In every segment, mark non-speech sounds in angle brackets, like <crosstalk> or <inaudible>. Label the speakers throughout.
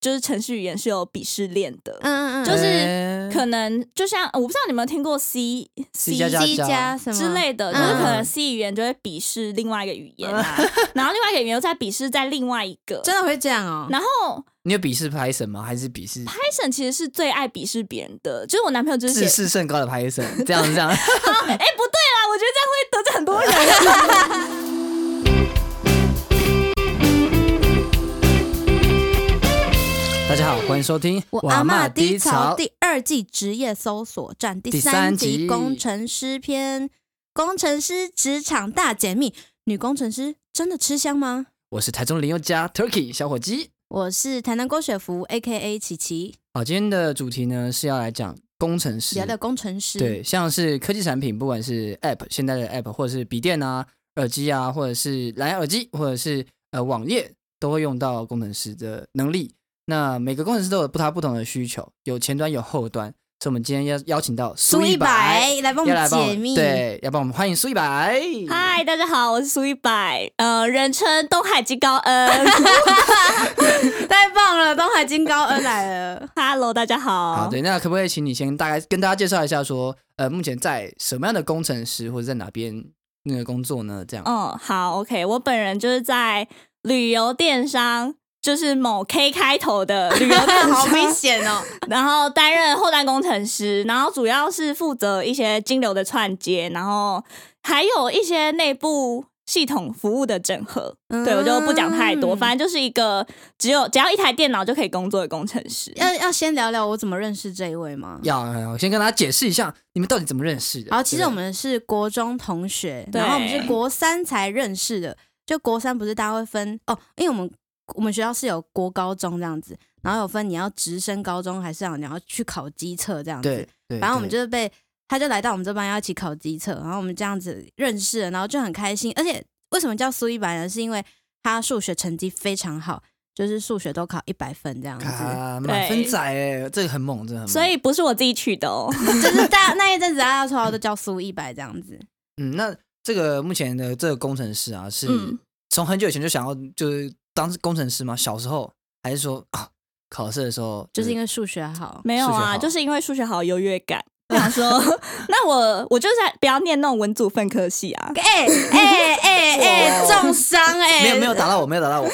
Speaker 1: 就是程序语言是有鄙视链的，
Speaker 2: 嗯嗯嗯，
Speaker 1: 就是
Speaker 3: 哎
Speaker 1: 可能就像我不知道你有没有听过 C
Speaker 3: C 加加
Speaker 2: C 加什么
Speaker 1: 之，类的，
Speaker 2: 嗯
Speaker 1: 就是可能 C 语言就会鄙视另外一个语言啊，
Speaker 3: 嗯
Speaker 1: 然后另外一个语言又在鄙视在另外一个。
Speaker 2: 真的会这样哦。
Speaker 1: 然后
Speaker 3: 你有鄙视 Python 吗？还是鄙视
Speaker 1: Python 其实是最爱鄙视别人的，就是我男朋友就是写
Speaker 3: 自视甚高的 Python？这样这样，
Speaker 2: <laughs>
Speaker 1: 哎、不对啦，我觉得这样会得罪很多人。啊
Speaker 3: 大家好，欢迎收听
Speaker 2: 我
Speaker 3: 我
Speaker 2: 阿
Speaker 3: 嬷
Speaker 2: 嬷低潮第二季职业搜索站第三集工程师篇，工程师职场大解密，女工程师真的吃香吗？
Speaker 3: 我是台中林宥嘉 Turkey 小火鸡。
Speaker 2: 我是台南郭雪芙 A K A 琪琪，
Speaker 3: 好，今天的主题呢是要来讲工程师
Speaker 2: 聊，聊工程师。
Speaker 3: 对，像是科技产品，不管是 App 现在的 App，或者是笔电啊、耳机啊，或者是蓝牙耳机，或者是呃网页，都会用到工程师的能力。那每个工程师都有不他不同的需求，有前端有后端，所以我们今天要邀请到
Speaker 2: 苏一
Speaker 3: 白
Speaker 2: 白来帮我
Speaker 3: 要来
Speaker 2: 们
Speaker 3: 帮我
Speaker 2: 解密，，
Speaker 3: 对，要帮我们欢迎苏一白。
Speaker 1: 嗨，大家好，我是苏一百，呃，人称东海鸡高呃 <laughs> 恩。
Speaker 2: 太棒了！东海金高恩来 <laughs> 了，
Speaker 1: Hello，大家好。
Speaker 3: 好，对，那可不可以请你先大概跟大家介绍一下说，呃，目前在什么样的工程师或者在哪边那个工作呢？这样，
Speaker 2: 哦
Speaker 1: 嗯，好，OK，我本人就是在旅游电商。就是某 K 开头的旅游
Speaker 3: <laughs>
Speaker 1: 电
Speaker 2: 好
Speaker 3: 啊
Speaker 1: 商，
Speaker 2: 危险 <laughs> 哦！
Speaker 1: 然后担任后端工程师，然后主要是负责一些金流的串接，然后还有一些内部系统服务的整合。对我就不讲太多，
Speaker 2: 嗯
Speaker 1: 反正就是一个只有只要一台电脑就可以工作的工程师。
Speaker 3: 呃
Speaker 2: 要要先聊聊我怎么认识这一位吗？
Speaker 3: 要呃先跟大家解释一下，你们到底怎么认识的？
Speaker 2: 好，其实
Speaker 3: 对
Speaker 2: 我
Speaker 3: 不对
Speaker 2: 们是国中同学，
Speaker 1: 对
Speaker 2: 然后我们是国三才认识的。就国三不是大家会分哦，因为我们我们学校是有国高中这样子，然后有分你要直升高中还是要你要去考机测这样子。
Speaker 3: 对，对
Speaker 2: 反正我们
Speaker 3: 对
Speaker 2: 就是被他就来到我们这班要一起考机测，然后我们这样子认识了，然后就很开心。而且为什么叫苏一白呢？是因为他数学成绩非常好，就是数学都考一百分这样子。
Speaker 3: 啊满分
Speaker 1: 对
Speaker 3: 仔哎，这个很猛，这个很猛。
Speaker 1: 所以不是我自己取的哦，
Speaker 2: 就是大家那一阵子大家绰号都叫苏一白这样子。
Speaker 3: 嗯，那这个目前的这个工程师啊，是
Speaker 1: 嗯
Speaker 3: 从很久以前就想要就是当工程师吗？小时候还是说啊，考试的时候
Speaker 2: 就是因为数学好，
Speaker 1: 没有
Speaker 3: 数学
Speaker 1: 啊，
Speaker 3: 好
Speaker 1: 就是因为数学好有优越
Speaker 3: <laughs>
Speaker 1: 感，我想说， <laughs> 那我我就是不要念那种文组分科系啊。
Speaker 2: 哎哎哎哎，重伤哎、
Speaker 3: 没有没有打到我，没有打到我。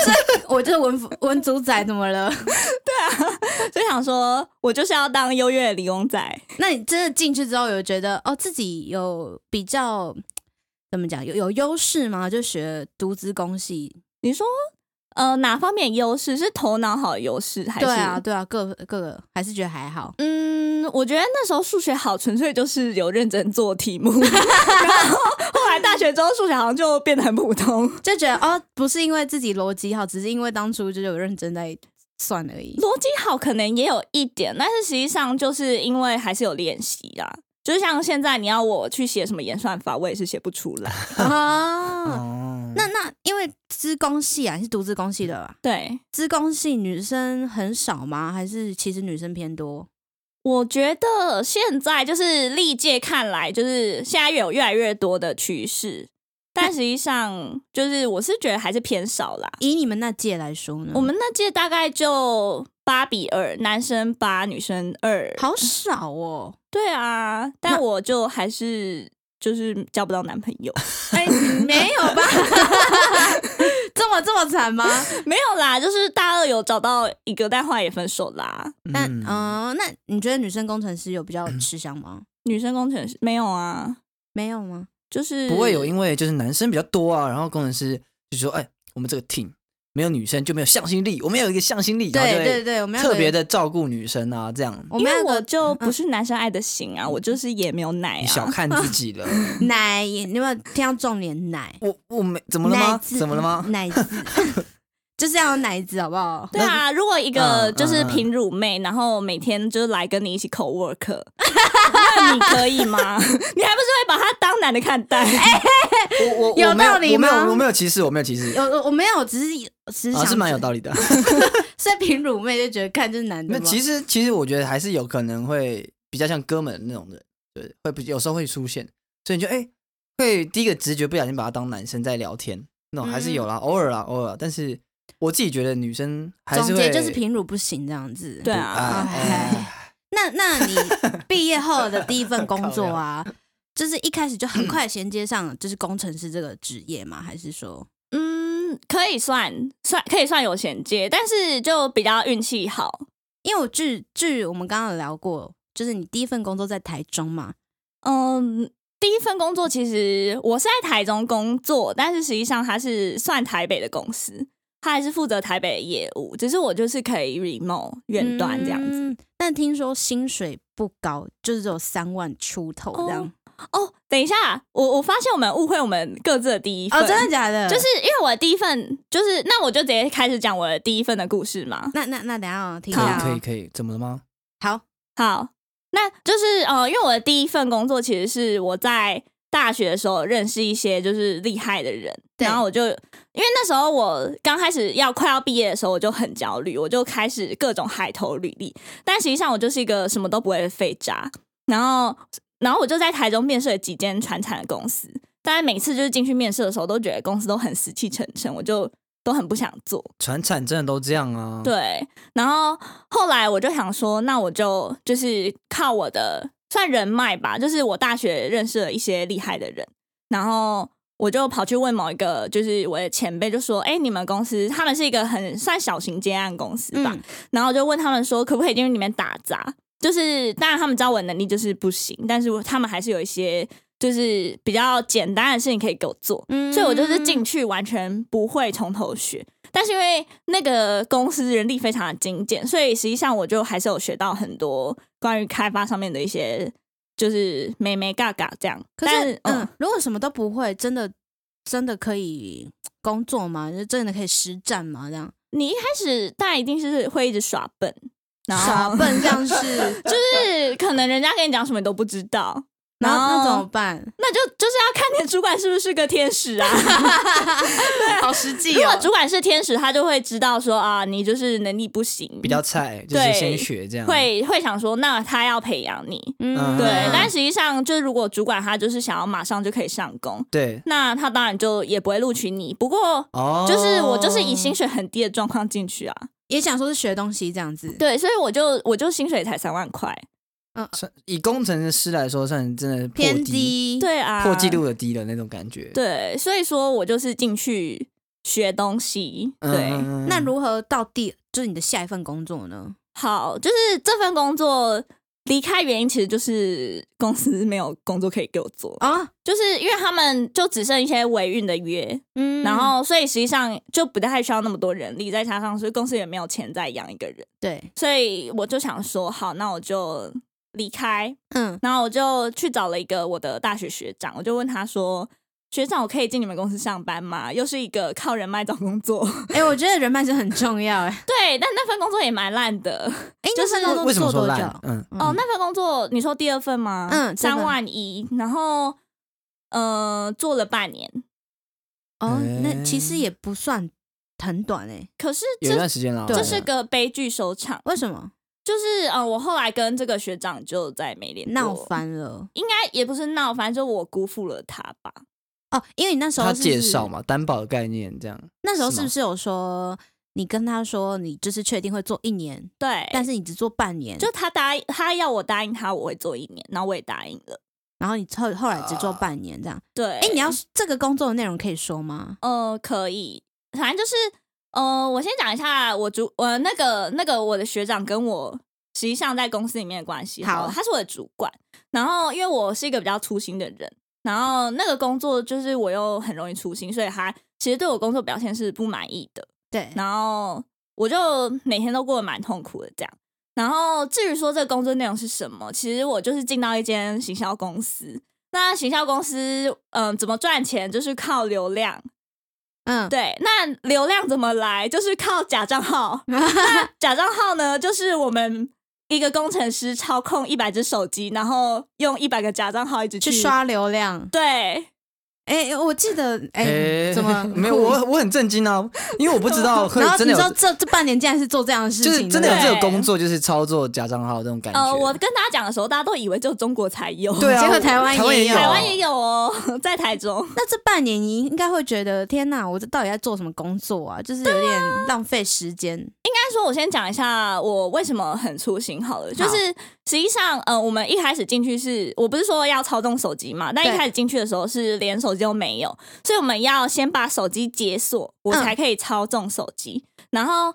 Speaker 2: <laughs> 我就是文夫文主仔，怎么了？ <laughs>
Speaker 1: 就想说，我就是要当优越的理工仔。
Speaker 2: 那你真的进去之后，有觉得哦自己有比较怎么讲有有优势吗？就学独资工系，
Speaker 1: 你说，呃，哪方面优势是头脑好的优势还是？
Speaker 2: 对啊对啊，各各个还是觉得还好。
Speaker 1: 嗯，我觉得那时候数学好，纯粹就是有认真做题目。 <laughs> 然后后来大学之后，数学好像就变得很普通。
Speaker 2: 就觉得哦，不是因为自己逻辑好，只是因为当初就有认真在算而 <laughs> 已。
Speaker 1: 逻辑好可能也有一点，但是实际上就是因为还是有练习啦。就像现在你要我去写什么演算法，我也是写不出来。
Speaker 2: 啊，
Speaker 3: 哦，
Speaker 2: 那那因为资工系啊，你是读资工系的吧？
Speaker 1: 对，
Speaker 2: 资工系女生很少吗？还是其实女生偏多？
Speaker 1: 我觉得现在就是历届看来，就是现在有越来越多的趋势，但实际上就是我是觉得还是偏少啦。
Speaker 2: 以你们那届来说呢？
Speaker 1: 我们那届大概就八比二，男生八，女生二。
Speaker 2: 好少哦。
Speaker 1: 对啊，但我就还是就是交不到男朋友，
Speaker 2: <laughs> 哎， <laughs> 没有吧？这么这么惨吗？
Speaker 1: <laughs> 没有啦，就是大二有找到一个，但后来也分手啦。
Speaker 2: 但嗯、呃那你觉得女生工程师有比较吃香吗？
Speaker 1: 女生工程师没有啊，
Speaker 2: 没有吗？
Speaker 1: 就是
Speaker 3: 不会
Speaker 2: 嗯
Speaker 3: 有，因为就是男生比较多啊，然后工程师就说，哎，我们这个 team 没有女生就没有向心力，我们要有一个向心力，然后就
Speaker 2: 对
Speaker 3: 会
Speaker 2: 对对，我们要
Speaker 3: 特
Speaker 2: 有
Speaker 3: 别，的照顾女生啊，这样
Speaker 2: 我
Speaker 1: 因
Speaker 2: 们要嗯
Speaker 1: 为
Speaker 2: 有
Speaker 1: 我
Speaker 2: 个
Speaker 1: 就不是男生爱的型啊，我就是也没有奶
Speaker 3: 你
Speaker 1: 啊。
Speaker 3: 小看自己
Speaker 2: <laughs>
Speaker 3: 了。
Speaker 2: 奶，你有没有听到重点奶？
Speaker 3: 我我没怎么了
Speaker 2: 奶
Speaker 3: 吗？
Speaker 2: 子
Speaker 3: 怎么了吗？
Speaker 2: 奶子，
Speaker 3: <laughs>
Speaker 2: 就是要有奶子，好不好？
Speaker 1: 对啊，如果一个
Speaker 3: 嗯
Speaker 1: 就是
Speaker 3: 嗯嗯
Speaker 1: 平乳妹，然后每天就是来跟你一起 co
Speaker 3: <laughs>
Speaker 1: work，那你可以吗？你还不是会把她当男的看
Speaker 3: <laughs>
Speaker 1: 待？
Speaker 3: 哎我我
Speaker 2: 有
Speaker 3: 我没
Speaker 2: 道理
Speaker 3: 我没
Speaker 2: 吗
Speaker 3: 有我没有歧视，我没有歧视
Speaker 2: 有，，我我没有，只是只是
Speaker 3: 啊
Speaker 2: 想，
Speaker 3: 是蛮有道理的。
Speaker 2: 所以平乳妹就觉得看就是男
Speaker 3: 那
Speaker 2: 的吗？
Speaker 3: 其实其实我觉得还是有可能会比较像哥们那种人，对，会比有时候会出现，所以你就哎、会第一个直觉不小心把他当男生在聊天，那种还是有啦，偶尔啦偶尔啦，但是我我自己觉得女生还
Speaker 2: 总
Speaker 3: 是
Speaker 2: 结
Speaker 3: 会
Speaker 2: 就是平乳不行这样子。
Speaker 1: 对啊，
Speaker 3: 啊，哎
Speaker 2: 那
Speaker 1: <laughs>
Speaker 2: 那你毕业后的第一份工作啊，就是一开始就很快衔接上，就是工程师这个职业吗？还是说，
Speaker 1: 嗯，可以算算可以算有衔接，但是就比较运气好。
Speaker 2: 因为我据据我们刚刚有聊过，就是你第一份工作在台中嘛，
Speaker 1: 嗯，第一份工作其实我是在台中工作，但是实际上它是算台北的公司，它还是负责台北的业务，只是我就是可以 remote 远端这样子。
Speaker 2: 嗯但听说薪水不高，就是只有三万出头这样。
Speaker 1: 哦，等一下，我我发现我们误会我们各自的第
Speaker 3: 哦
Speaker 1: 一份，
Speaker 2: 的假的
Speaker 1: 就是因为我的第一份就是那我就直接开始讲我的第一份的故事嘛。
Speaker 2: 那那那等一下哦听一
Speaker 3: 可
Speaker 2: 下
Speaker 3: 以
Speaker 2: 哦
Speaker 3: 可以可以，怎么了吗？
Speaker 2: 好，
Speaker 1: 好，那就是呃，因为我的第一份工作其实是我在大学的时候认识一些就是厉害的人，
Speaker 2: 对
Speaker 1: 然后我就因为那时候我刚开始要快要毕业的时候，我就很焦虑，我就开始各种海投履历，但实际上我就是一个什么都不会的废渣，然后然后我就在台中面试了几间传产的公司，但是每次就是进去面试的时候，都觉得公司都很死气沉沉，我就都很不想做。
Speaker 3: 传产真的都这样啊？，
Speaker 1: 对，然后后来我就想说，那我就就是靠我的算人脉吧，就是我大学认识了一些厉害的人，然后我就跑去问某一个就是我的前辈，就说：“哎、你们公司他们是一个很算小型接案公司吧？”
Speaker 2: 嗯
Speaker 1: 然后我就问他们说，可不可以进去里面打杂？就是当然他们招我的能力就是不行，但是我他们还是有一些就是比较简单的事情可以给我做。
Speaker 2: 嗯
Speaker 1: 所以我就是进去完全不会从头学。但是因为那个公司人力非常的精简，所以实际上我就还是有学到很多关于开发上面的一些，就是美眉嘎嘎这样。
Speaker 2: 可
Speaker 1: 但
Speaker 2: 是，
Speaker 1: 嗯
Speaker 2: 嗯，如果什么都不会，真的真的可以工作吗？就真的可以实战吗？这样
Speaker 1: 你一开始当然一定是会一直耍笨，然后，
Speaker 2: 耍，笨这样是
Speaker 1: <laughs>
Speaker 2: <laughs>
Speaker 1: 就是可能人家跟你讲什么你都不知道，
Speaker 2: 然后那
Speaker 1: 然后
Speaker 2: 怎么办？
Speaker 1: 那就就是要看你的主管是不是个天使啊。
Speaker 2: <laughs> 好实际哦
Speaker 1: 如果主管是天使，他就会知道说啊，你就是能力不行，
Speaker 3: 比较菜，就是
Speaker 1: 对
Speaker 3: 先学这样。
Speaker 1: 会会想说，那他要培养你，
Speaker 2: 嗯，
Speaker 1: 对，
Speaker 3: 嗯
Speaker 1: 但实际上，就如果主管他就是想要马上就可以上工，
Speaker 3: 对
Speaker 1: 那他当然就也不会录取你。不过，
Speaker 3: 哦，
Speaker 1: 就是我就是以薪水很低的状况进去啊，
Speaker 2: 也想说是学东西这样子，
Speaker 1: 对，所以我就我就薪水才三万块，
Speaker 3: 算以工程师来说，算真的破
Speaker 2: 偏
Speaker 3: 低，
Speaker 2: 低，，
Speaker 1: 对啊，
Speaker 3: 破纪，录的低的那种感觉。
Speaker 1: 对，所以说我就是进去学东西，
Speaker 3: 嗯，
Speaker 1: 对，
Speaker 3: 嗯
Speaker 2: 那如何到第就是你的下一份工作呢？
Speaker 1: 好，就是这份工作。离开原因其实就是公司没有工作可以给我做，
Speaker 2: 啊，
Speaker 1: 就是因为他们就只剩一些维运的约，
Speaker 2: 嗯
Speaker 1: 然后所以实际上就不太需要那么多人力，再加上是公司也没有钱再养一个人，
Speaker 2: 对，
Speaker 1: 所以我就想说，好，那我就离开，
Speaker 2: 嗯，
Speaker 1: 然后我就去找了一个我的大学学长，我就问他说。学长，我可以进你们公司上班吗？又是一个靠人脉找工作， <laughs>
Speaker 2: 哎，我觉得人脉是很重要，哎，
Speaker 1: 对，但那份工作也蛮烂的。
Speaker 2: <laughs> 哎，
Speaker 1: 就是
Speaker 2: 那份工
Speaker 3: 为什么
Speaker 2: 作做多
Speaker 3: 说烂
Speaker 2: 久？？
Speaker 3: 嗯，
Speaker 1: 哦，那份工作你说第二份吗？
Speaker 2: 嗯这
Speaker 1: 三
Speaker 2: 份
Speaker 1: 万一，然后呃，做了半年，
Speaker 2: 哦，那
Speaker 3: 哎
Speaker 2: 其实也不算很短哎，
Speaker 1: 可是
Speaker 3: 有一
Speaker 1: 这
Speaker 3: 段时间了，
Speaker 2: 对
Speaker 1: 这是个悲剧收场。
Speaker 2: 为什么
Speaker 1: 就是呃，我后来跟这个学长就再没联络
Speaker 2: 闹，翻了？
Speaker 1: 应该也不是闹翻，就我辜负了他吧。
Speaker 2: 哦，因为你那时候
Speaker 3: 他
Speaker 2: 是不是
Speaker 3: 介绍嘛，担保的概念这样。
Speaker 2: 那时候是
Speaker 3: 是
Speaker 2: 不
Speaker 3: 吗
Speaker 2: 是有说你跟他说你就是确定会做一年，
Speaker 1: 对，
Speaker 2: 但是你只做半年，
Speaker 1: 就他答应，他要我答应他，我会做一年，然后我也答应了。
Speaker 2: 然后你后后来只做半年这样？
Speaker 1: 对，
Speaker 2: 啊哎、你要这个工作的内容可以说吗？
Speaker 1: 呃，可以，反正就是呃，我先讲一下我主呃那个那个我的学长跟我实际上在公司里面的关系。
Speaker 2: 好
Speaker 1: 了他是我的主管，然后因为我是一个比较粗心的人，然后那个工作就是我又很容易粗心，所以他其实对我工作表现是不满意的。
Speaker 2: 对，
Speaker 1: 然后我就每天都过得蛮痛苦的这样。然后至于说这个工作内容是什么，其实我就是进到一间行销公司。那行销公司，嗯、怎么赚钱就是靠流量。
Speaker 2: 嗯，
Speaker 1: 对，那流量怎么来，就是靠假账号。那假账号呢，就是我们一个工程师操控一百只手机，然后用一百个假账号一直
Speaker 2: 去刷流量。
Speaker 1: 对，
Speaker 2: 哎、我记得哎、
Speaker 3: 诶
Speaker 2: 怎么
Speaker 3: <laughs> 没有？我我很震惊啊，因为我不知
Speaker 2: <laughs>
Speaker 3: 道会
Speaker 2: 然后
Speaker 3: 真
Speaker 2: 你
Speaker 3: 的
Speaker 2: 知道
Speaker 3: 有，
Speaker 2: 这这半年竟然是做这样的事
Speaker 3: 就
Speaker 2: 情，
Speaker 3: 是真的有
Speaker 2: 对哦
Speaker 3: 这个
Speaker 1: 对
Speaker 3: 工作，就是操作假账号这种感觉。
Speaker 1: 呃，我跟大家讲的时候，大家都以为只有中国才有，
Speaker 3: 对啊，
Speaker 2: 结果台湾也
Speaker 3: 台湾也
Speaker 2: 有
Speaker 1: 台湾也有哦， <laughs> 在台中。
Speaker 2: 那这半年你应该会觉得天哪，我这到底在做什么工作啊？就是有点浪费时间。
Speaker 1: 但是说，我先讲一下我为什么很粗心好了，就是实际上，呃，我们一开始进去是我不是说要操纵手机嘛，但
Speaker 2: 对
Speaker 1: 一开始进去的时候是连手机都没有，所以我们要先把手机解锁，我
Speaker 2: 嗯
Speaker 1: 才可以操纵手机。然后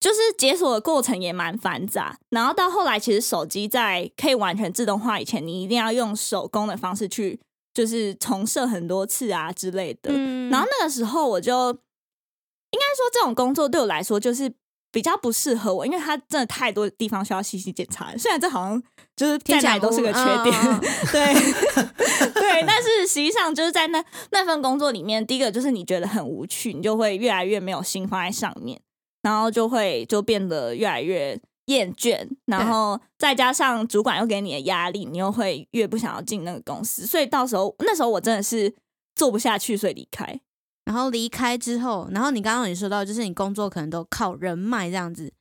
Speaker 1: 就是解锁的过程也蛮繁杂，然后到后来其实手机在可以完全自动化以前，你一定要用手工的方式去就是重设很多次啊之类的。
Speaker 2: 嗯
Speaker 1: 然后那个时候我就应该说这种工作对我来说就是比较不适合我，因为它真的太多地方需要细细检查了。虽然这好像就是在哪里都是个缺点，
Speaker 2: 嗯嗯嗯
Speaker 1: 对 <laughs> 对，但是实际上就是在那那份工作里面，第一个就是你觉得很无趣，你就会越来越没有心放在上面，然后就会就变得越来越。厌倦，然后再加上主管又给你的压力，你又会越不想要进那个公司，所以到时候那时候我真的是做不下去，所以离开。
Speaker 2: 然后离开之后，然后你刚刚也说到，就是你工作可能都靠人脉这样子，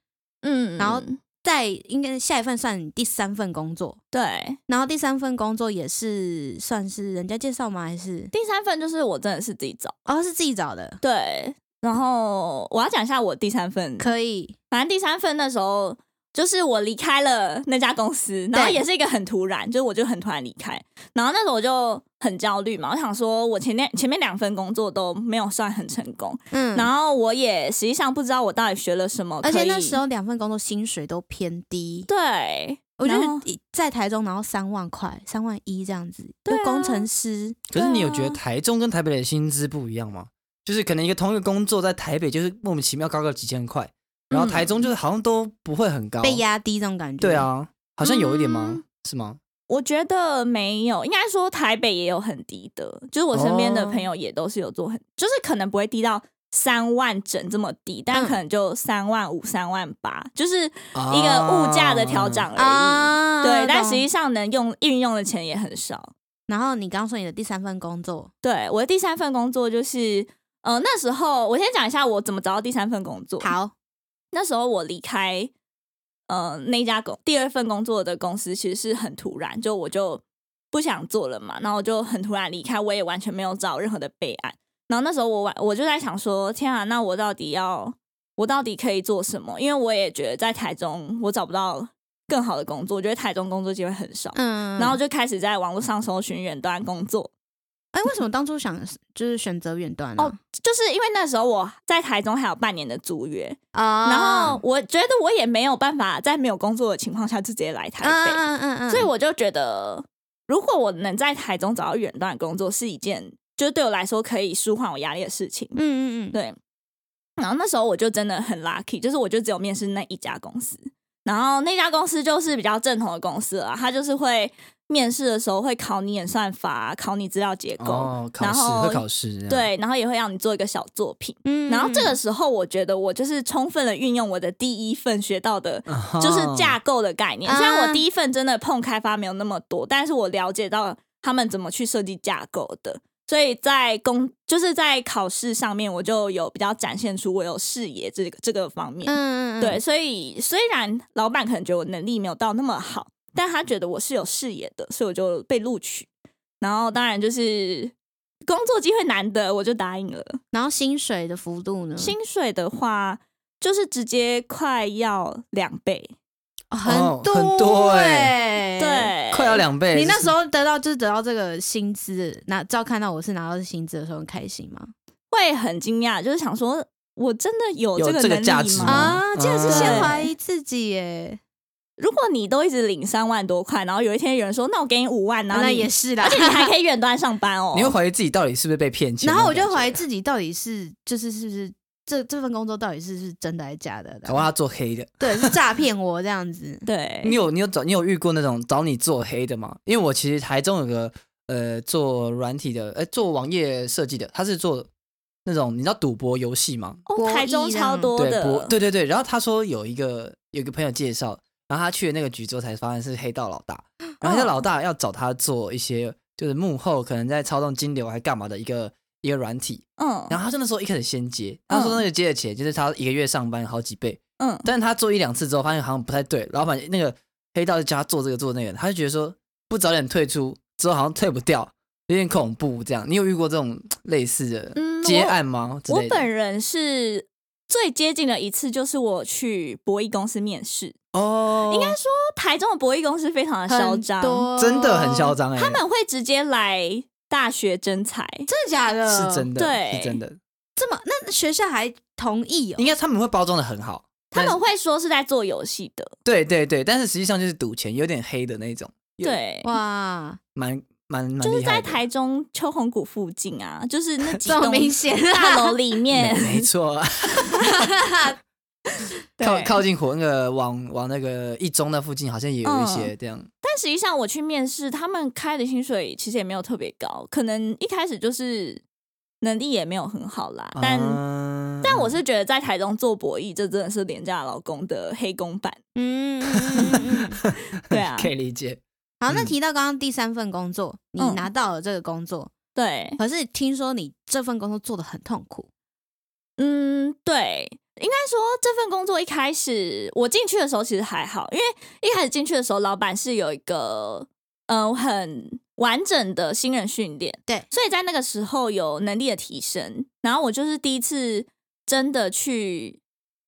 Speaker 1: 嗯，
Speaker 2: 然后在应该下一份算你第三份工作，
Speaker 1: 对
Speaker 2: 然后第三份工作也是算是人家介绍吗？还是
Speaker 1: 第三份就是我真的是自己找，
Speaker 2: 哦是自己找的？
Speaker 1: 对，然后我要讲一下我第三份，
Speaker 2: 可以，
Speaker 1: 反正第三份那时候就是我离开了那家公司，然后也是一个很突然，就是我就很突然离开，然后那时候我就很焦虑嘛，我想说我前面前面两份工作都没有算很成功，
Speaker 2: 嗯，
Speaker 1: 然后我也实际上不知道我到底学了什么，
Speaker 2: 而且
Speaker 1: 可以
Speaker 2: 那时候两份工作薪水都偏低，
Speaker 1: 对，
Speaker 2: 我觉
Speaker 1: 然后
Speaker 2: 得一在台中，然后三万块、三万一这样子，
Speaker 1: 对啊
Speaker 2: 就工程师，
Speaker 3: 可是你有觉
Speaker 1: 对
Speaker 2: 嗯
Speaker 3: 得
Speaker 1: 啊
Speaker 3: 台中跟台北的薪资不一样吗？就是可能一个同一个工作在台北就是莫名其妙高个几千块，然后台中就是好像都不会很
Speaker 2: 嗯
Speaker 3: 高。
Speaker 2: 被压低这种感觉。
Speaker 3: 哦对，啊，好像有一点吗？
Speaker 1: 嗯
Speaker 3: 是吗？
Speaker 1: 我觉得没有，应该说台北也有很低的，就是我身边的
Speaker 2: 哦
Speaker 1: 朋友也都是有做很，就是可能不会低到三万整这么低，但
Speaker 2: 嗯
Speaker 1: 可能就三万五、三万八，就是一个物价的调
Speaker 3: 哎
Speaker 1: 整而已。
Speaker 2: 哦啊，
Speaker 1: 对，但
Speaker 2: 懂
Speaker 1: 实际上能用运用的钱也很少。
Speaker 2: 然后你刚说你的第三份工作，
Speaker 1: 对我的第三份工作就是，呃，那时候我先讲一下我怎么找到第三份工作。，
Speaker 2: 好，
Speaker 1: 那时候我离开呃那家公第二份工作的公司，其实是很突然，就我就不想做了嘛，然后我就很突然离开，我也完全没有找任何的备案。然后那时候我完我就在想说，天啊，那我到底要我到底可以做什么？因为我也觉得在台中我找不到更好的工作，我觉得台中工作机会很少。
Speaker 2: 嗯，
Speaker 1: 然后就开始在网络上搜寻远端工作，
Speaker 2: 哎，为什么当初想就是选择远端呢
Speaker 1: 哦就是因为那时候我在台中还有半年的租约，
Speaker 2: 啊
Speaker 1: 然后我觉得我也没有办法在没有工作的情况下就直接来台
Speaker 2: 嗯
Speaker 1: 北，
Speaker 2: 嗯嗯嗯，
Speaker 1: 哎所以我就觉得，如果我能在台中找到远端的工作，是一件就是对我来说可以舒缓我压力的事情。
Speaker 2: 嗯嗯嗯，
Speaker 1: 对，然后那时候我就真的很 lucky，就是我就只有面试那一家公司，然后那家公司就是比较正统的公司了，它就是会面试的时候会考你演算法，考你资料结构，
Speaker 3: 哦，考
Speaker 1: 然
Speaker 3: 试
Speaker 1: 后
Speaker 3: 会考试这样，
Speaker 1: 对，然后也会让你做一个小作品。
Speaker 2: 嗯
Speaker 1: 然后这个时候，我觉得我就是充分的运用我的第一份学到的，
Speaker 3: 啊哈，
Speaker 1: 就是架构的概念。
Speaker 2: 哦啊
Speaker 1: 虽然我第一份真的碰开发没有那么多，但是我了解到他们怎么去设计架构的。所以在公就是在考试上面，我就有比较展现出我有视野这个这个方面。
Speaker 2: 嗯嗯嗯
Speaker 1: 对，，所以虽然老板可能觉得我能力没有到那么好，但他觉得我是有视野的，所以我就被录取。然后当然就是工作机会难得，我就答应了。
Speaker 2: 然后薪水的幅度呢，
Speaker 1: 薪水的话，就是直接快要两倍，
Speaker 2: 哦很
Speaker 3: 哦很多
Speaker 1: 欸
Speaker 2: 哎，
Speaker 1: 对，
Speaker 3: 快要两倍。
Speaker 2: 你那时候得到就是得到这个薪资，拿照看到我是拿到薪资的时候很开心吗？
Speaker 1: 会很惊讶，就是想说，我真的有
Speaker 3: 有
Speaker 1: 这个
Speaker 3: 这个
Speaker 1: 能
Speaker 3: 价
Speaker 1: 力
Speaker 3: 值
Speaker 1: 吗？
Speaker 3: 吗，
Speaker 2: 啊，竟然是先
Speaker 1: 对
Speaker 2: 怀疑自己耶，
Speaker 1: 如果你都一直领三万多块，然后有一天有人说，那我给你五万，然后
Speaker 2: 啊那
Speaker 1: 你
Speaker 2: 也，是啦 <laughs>
Speaker 1: 而。且你还可以远端上班哦。
Speaker 3: 你会怀疑自己到底是不是被骗钱？
Speaker 2: 然后我就怀
Speaker 3: 疑，
Speaker 2: 疑自己到底是就是是不是这这份工作到底是不是真的还是假的？
Speaker 3: 搞不好他做黑的。
Speaker 2: 对，是诈骗我这样子
Speaker 1: 对，
Speaker 3: 你有你有找你有遇过那种找你做黑的吗？因为我其实台中有个呃做软体的，呃做网页设计的，他是做那种你知道赌博游戏吗？
Speaker 2: 博
Speaker 1: 哦，
Speaker 2: 弈
Speaker 1: 台中
Speaker 2: 这
Speaker 1: 超
Speaker 2: 样
Speaker 1: 多
Speaker 3: 对
Speaker 1: 的，
Speaker 3: 博对对对。然后他说有一个有一个朋友介
Speaker 2: <gasps>
Speaker 3: 绍，然后他去了那个局之后才发现是黑道老大，然后黑道老大要找他做一些就是幕后可能在操纵金流还干嘛的一个一个软体。
Speaker 1: 嗯
Speaker 3: 然后他是那时候一开始先接，他说那个接的钱就是他一个月上班好几倍，
Speaker 1: 嗯
Speaker 3: 但是他做一两次之后发现好像不太对，老板那个黑道就叫他做这个做那个，他就觉得说不早点退出之后好像退不掉，有点恐怖这样。你有遇过这种类似的
Speaker 1: 嗯，
Speaker 3: 接
Speaker 1: 我
Speaker 3: 案吗？之
Speaker 1: 我
Speaker 3: 类的
Speaker 1: 本人是最接近的一次，就是我去博弈公司面试。
Speaker 3: 哦，
Speaker 1: 应该说，台中的博弈公司非常的 <laughs> 嚣张，
Speaker 2: 多
Speaker 3: 真的很嚣，张哎，
Speaker 1: 他们会直接来大学征才。
Speaker 2: 真的假的？
Speaker 3: 是真的，
Speaker 1: 呃对
Speaker 3: 是真的，
Speaker 2: 这么？那学校还同意哦
Speaker 3: 应？该他们会包装的很好。
Speaker 1: 他
Speaker 3: 但
Speaker 1: 们会说是在做游戏的，
Speaker 3: 对对对，但是实际上就是赌钱，有点黑的那种，有
Speaker 1: 对，
Speaker 2: 哇，
Speaker 3: 蛮蛮蛮
Speaker 1: 就是
Speaker 3: 厉
Speaker 1: 在
Speaker 3: 害的
Speaker 1: 台中秋红谷附近啊，就是
Speaker 3: <laughs>
Speaker 1: 那几
Speaker 2: 这么
Speaker 1: 栋
Speaker 2: 明显
Speaker 1: 大
Speaker 2: 啊！
Speaker 1: 楼里
Speaker 3: 没
Speaker 1: 面，
Speaker 3: 没错 <laughs> 啊，
Speaker 1: <laughs> 对
Speaker 3: 靠靠近火那个往往那个一中那附近好像也有一
Speaker 1: 嗯
Speaker 3: 些这样，
Speaker 1: 但实际上我去面试，他们开的薪水其实也没有特别高，可能一开始就是能力也没有很好啦。
Speaker 3: 啊
Speaker 1: 但、
Speaker 3: 嗯
Speaker 1: 但我
Speaker 3: <laughs>
Speaker 1: 是觉得在台中做博弈，这真的是廉价劳工的黑公版。
Speaker 2: 嗯，嗯嗯
Speaker 3: <laughs>
Speaker 2: 嗯嗯
Speaker 1: 对啊
Speaker 3: 可以理解。
Speaker 2: 好，那
Speaker 3: 嗯
Speaker 2: 提到刚刚第三份工作，你
Speaker 1: 嗯
Speaker 2: 拿到了这个工作，
Speaker 1: 对，
Speaker 2: 可是听说你这份工作做的很痛苦，
Speaker 1: 嗯，对，应该说这份工作一开始我进去的时候其实还好，因为一开始进去的时候，老板是有一个嗯、呃很完整的新人训练，
Speaker 2: 对
Speaker 1: 所以在那个时候有能力的提升。然后我就是第一次真的去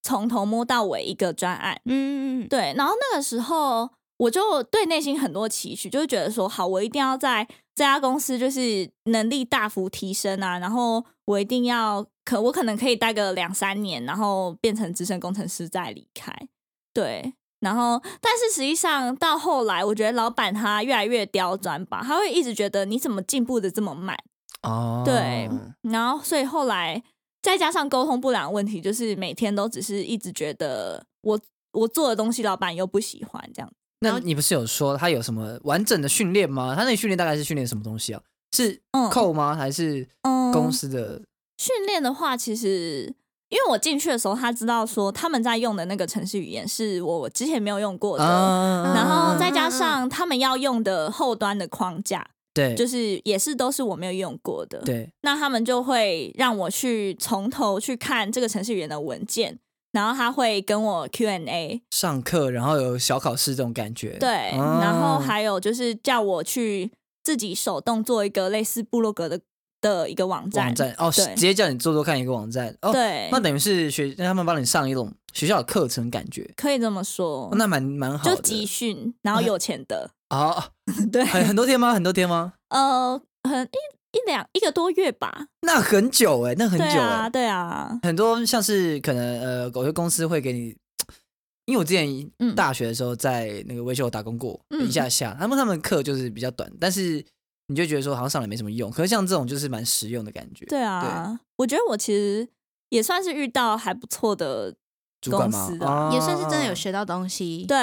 Speaker 1: 从头摸到尾一个专案，
Speaker 2: 嗯，
Speaker 1: 对，然后那个时候我就对内心很多期许，就是觉得说，好，我一定要在这家公司就是能力大幅提升啊，然后我一定要可我可能可以待个两三年，然后变成资深工程师再离开。对，然后但是实际上到后来，我觉得老板他越来越刁钻吧，他会一直觉得你怎么进步的这么慢。
Speaker 3: 哦，
Speaker 1: 对，然后所以后来再加上沟通不良的问题，就是每天都只是一直觉得我我做的东西老板又不喜欢这样。
Speaker 3: 那你不是有说他有什么完整的训练吗？他那个训练大概是训练什么东西啊？是
Speaker 1: 嗯
Speaker 3: 扣吗？还是
Speaker 1: 嗯
Speaker 3: 公司的？
Speaker 1: 训练的话，其实因为我进去的时候，他知道说他们在用的那个程式语言是我之前没有用过的。
Speaker 3: 啊
Speaker 1: 嗯然后再
Speaker 2: 嗯
Speaker 1: 加
Speaker 2: 嗯
Speaker 1: 上他们要用的后端的框架，
Speaker 3: 对
Speaker 1: 就是也是都是我没有用过的。
Speaker 3: 对
Speaker 1: 那他们就会让我去从头去看这个程序员的文件，然后他会跟我 Q&A，
Speaker 3: 上课，然后有小考试这种感觉。
Speaker 1: 对，
Speaker 3: 哦
Speaker 1: 然后还有就是叫我去自己手动做一个类似部落格的的一个网站，
Speaker 3: 网站哦，是
Speaker 1: 对
Speaker 3: 直接叫你做做看一个网站哦。
Speaker 1: 对，
Speaker 3: 那等于是学让他们帮你上一种学校的课程感觉，
Speaker 1: 可以这么说，
Speaker 3: 哦那蛮蛮好
Speaker 1: 就
Speaker 3: 的。哎
Speaker 1: 集训，然后有钱的，
Speaker 3: 哦，
Speaker 1: 对，
Speaker 3: 很很多天吗？很多天吗？
Speaker 1: 呃，很一一两一个多月吧，
Speaker 3: 那很久哎、那很久
Speaker 1: 对
Speaker 3: 哎、
Speaker 1: 啊，对啊，
Speaker 3: 很多像是可能呃，有些公司会给你，因为我之前
Speaker 1: 嗯
Speaker 3: 大学的时候在那个维修打工过、
Speaker 1: 嗯
Speaker 3: 一下下，他们他们课就是比较短，但是你就觉得说好像上来没什么用，可是像这种就是蛮实用的感觉。
Speaker 1: 对啊，我觉得我其实也算是遇到还不错的，
Speaker 3: 主管吗
Speaker 1: 公司？的
Speaker 3: 哦
Speaker 2: 也算是真的有学到东西。，
Speaker 1: 对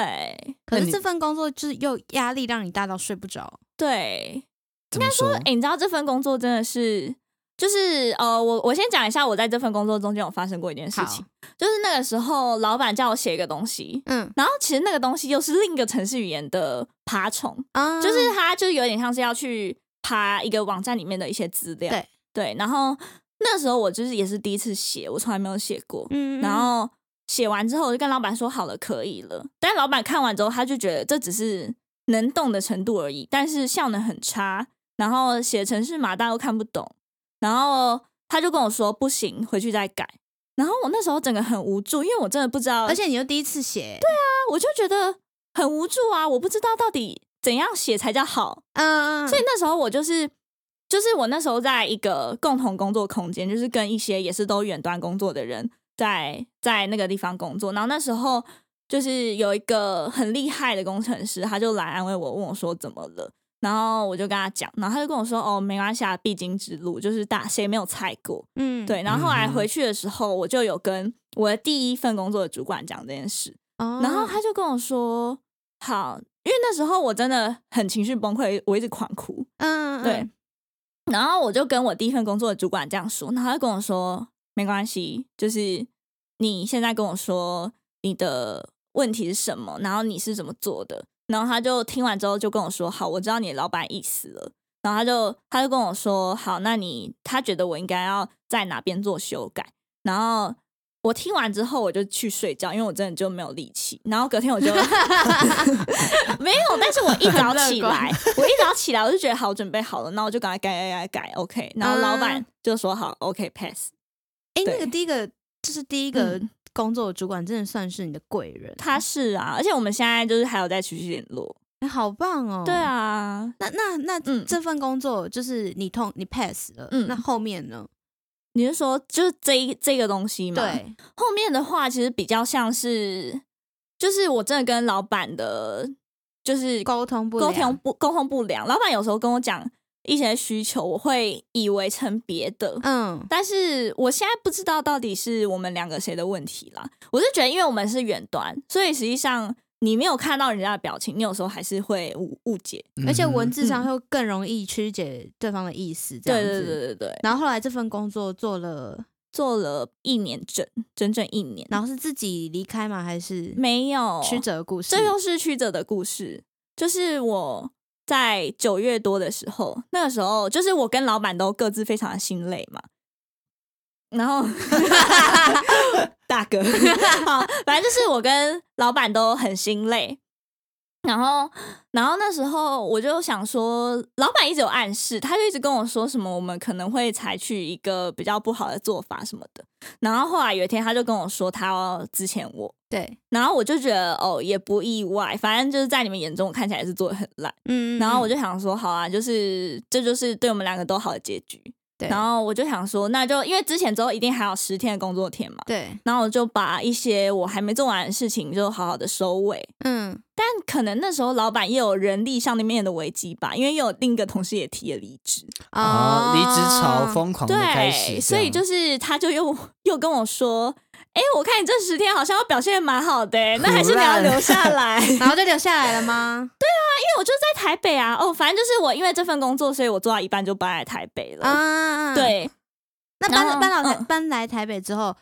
Speaker 2: 可
Speaker 3: 那
Speaker 2: 是
Speaker 3: 你
Speaker 2: 这份工作就是又压力让你大到睡不着。
Speaker 1: 对，
Speaker 3: 怎么说？
Speaker 1: 哎、你知道这份工作真的是，就是呃，我我先讲一下我在这份工作中间有发生过一件事情，就是那个时候老板叫我写一个东西，
Speaker 2: 嗯
Speaker 1: 然后其实那个东西又是另一个程式语言的爬虫，
Speaker 2: 啊
Speaker 1: 就是它就是有点像是要去爬一个网站里面的一些资料，
Speaker 2: 对
Speaker 1: 对，然后那时候我就是也是第一次写，我从来没有写过，
Speaker 2: 嗯
Speaker 1: 然后写完之后我就跟老板说好了，可以了。但老板看完之后，他就觉得这只是能动的程度而已，但是效能很差，然后写程式码大家都看不懂，然后他就跟我说不行，回去再改。然后我那时候整个很无助，因为我真的不知道，
Speaker 2: 而且你又第一次写，对啊，
Speaker 1: 我就觉得很无助啊，我不知道到底怎样写才叫好。
Speaker 2: 嗯，
Speaker 1: 所以那时候我就是。就是我那时候在一个共同工作空间，就是跟一些也是都远端工作的人在在那个地方工作。然后那时候就是有一个很厉害的工程师，他就来安慰我，问我说怎么了。然后我就跟他讲，然后他就跟我说：“哦，没关系啊，必经之路，就是大谁没有踩过。”
Speaker 2: 嗯
Speaker 1: 对。，然后后来
Speaker 3: 嗯
Speaker 1: 回去的时候，我就有跟我的第一份工作的主管讲这件事，
Speaker 2: 然
Speaker 1: 然后他就跟我说：“好，因为那时候我真的很情绪崩溃，我一直狂哭。”
Speaker 2: 嗯
Speaker 1: 对，，然后我就跟我第一份工作的主管这样说，然后他就跟我说没关系，就是你现在跟我说你的问题是什么，然后你是怎么做的，然后他就听完之后就跟我说，好，我知道你的老板意思了，然后他就他就跟我说，好，那你他觉得我应该要在哪边做修改，然后。我听完之后，我就去睡觉，因为我真的就没有力气。然后隔 <laughs> 天我就没有，但是我一早起 <laughs> 来，我一早起来我就觉得好，我准备好了，那我就赶快改改改改，OK。然后老板就说好，OK pass。
Speaker 2: 哎、
Speaker 1: 对
Speaker 2: 那个第一个就是第一个
Speaker 1: 嗯
Speaker 2: 工作的主管，真的算是你的贵人，
Speaker 1: 他是啊，而且我们现在就是还有在持续联络。
Speaker 2: 哎好棒哦。
Speaker 1: 对，啊，
Speaker 2: 那那那、
Speaker 1: 嗯
Speaker 2: 这份工作就是你通你 pass 了，
Speaker 1: 嗯
Speaker 2: 那后面呢？
Speaker 1: 你是说就是这一这个东西吗？，
Speaker 2: 对，
Speaker 1: 后面的话其实比较像是，就是我真的跟老板的，就是
Speaker 2: 沟通不
Speaker 1: 沟
Speaker 2: 良
Speaker 1: 通，不沟通不良。老板有时候跟我讲一些需求，我会以为成别的。
Speaker 2: 嗯，
Speaker 1: 但是我现在不知道到底是我们两个谁的问题啦。我是觉得，因为我们是远端，所以实际上你没有看到人家的表情，你有时候还是会误误解。
Speaker 2: 而且
Speaker 3: 嗯
Speaker 2: 文字上会更容易曲解对方的意思，这样
Speaker 1: 对
Speaker 2: 子。
Speaker 1: 对对对对，
Speaker 2: 然后后来这份工作做了，
Speaker 1: 做了一年整，整整一年，
Speaker 2: 然后是自己离开吗？还是
Speaker 1: 没有
Speaker 2: 曲折的故事？
Speaker 1: 这又是曲折的故事，就是我在九月多的时候，那个时候就是我跟老板都各自非常的心累嘛。然后，大哥，好，反正就是我跟老板都很心累。然后，然后那时候我就想说，老板一直有暗示，他就一直跟我说什么我们可能会采取一个比较不好的做法什么的。然后后来有一天，他就跟我说他要之前我，
Speaker 2: 对，
Speaker 1: 然后我就觉得哦，也不意外，反正就是在你们眼中，我看起来是做的很烂。
Speaker 2: 嗯
Speaker 1: 然后我
Speaker 2: 就
Speaker 1: 就想说，好啊，就是这就是对我们两个都好的结局。
Speaker 2: 对
Speaker 1: 然后我就想说，那就因为之前之后一定还有十天的工作天嘛，
Speaker 2: 对，
Speaker 1: 然后我就把一些我还没做完的事情就好好的收尾。
Speaker 2: 嗯，
Speaker 1: 但可能那时候老板也有人力上面的危机吧，因为有另一个同事也提了离职，
Speaker 3: 哦，离职潮
Speaker 2: 哦，
Speaker 3: 疯狂的开始，
Speaker 1: 啊对，所以就是是他就又又跟我说。哎，我看你这十天好像表现得蛮好的、欸那还是你要
Speaker 3: 胡乱
Speaker 1: 留下来。
Speaker 2: 然后就留下来了
Speaker 1: <laughs>
Speaker 2: 吗？
Speaker 1: 因为我就在台北啊，哦，反正就是我因为这份工作，所以我做到一半就搬来台北了。
Speaker 2: 啊，，
Speaker 1: 对，
Speaker 2: 那搬
Speaker 1: 然后
Speaker 2: 搬到台
Speaker 1: 嗯
Speaker 2: 搬来台北之后，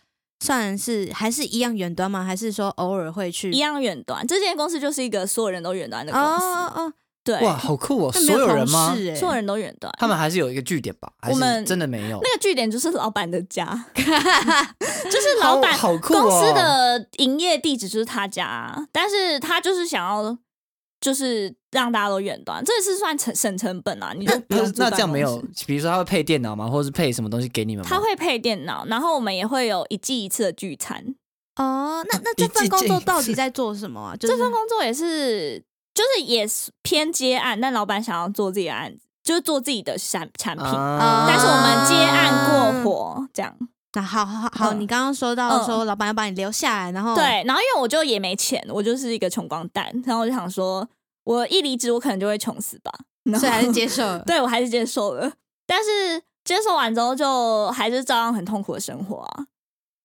Speaker 2: 算是还是一样远端吗？还是说偶尔会去
Speaker 1: 一？样远端，这间公司就是一个所有人都远端的
Speaker 2: 哦
Speaker 1: 公司，
Speaker 2: 哦哦，
Speaker 1: 对，
Speaker 3: 哇，好酷哦！
Speaker 2: 那没
Speaker 3: 所有
Speaker 2: 同
Speaker 3: 人吗？
Speaker 2: 事欸
Speaker 1: 所有人都远端。
Speaker 3: 他们还是有一个据点吧？还是
Speaker 1: 我们
Speaker 3: 真的没有？
Speaker 1: 那个据点就是老板的
Speaker 2: <laughs>
Speaker 1: 家，就是老板、
Speaker 3: 好好酷哦！
Speaker 1: 公司的营业地址就是他家啊，但是他就是想要就是让大家都远端，这是算成省成本啊，你就不
Speaker 3: 那
Speaker 1: 用住
Speaker 3: 那
Speaker 1: 办
Speaker 3: 这样没
Speaker 1: 公
Speaker 3: 有
Speaker 1: 室，
Speaker 3: 比如说他会配电脑吗？或者是配什么东西给你们吗？
Speaker 1: 他会配电脑，然后我们也会有一季一次的聚餐，
Speaker 2: 哦，那那
Speaker 3: 啊一
Speaker 2: 这份
Speaker 3: 季
Speaker 2: 工作
Speaker 3: 见一
Speaker 2: 到底
Speaker 3: 次
Speaker 2: 在做什么啊？这
Speaker 1: 这份工作也是，就是也是偏接案，但老板想要做自己的案子，就是做自己的产产品。
Speaker 3: 啊
Speaker 1: 但是我们接案
Speaker 2: 啊
Speaker 1: 过活，这样
Speaker 2: 那好好好好，
Speaker 1: 嗯
Speaker 2: 你刚刚说到
Speaker 1: 嗯
Speaker 2: 说老板要把你留下来，然后
Speaker 1: 对。然后因为我就也没钱，我就是一个穷光蛋，然后我就想说，我一离职，我可能就会穷死吧。 <laughs> 然后。
Speaker 2: 所以还是接受了
Speaker 1: 对我还是接受了，但是接受完之后就还是照样很痛苦的生活啊。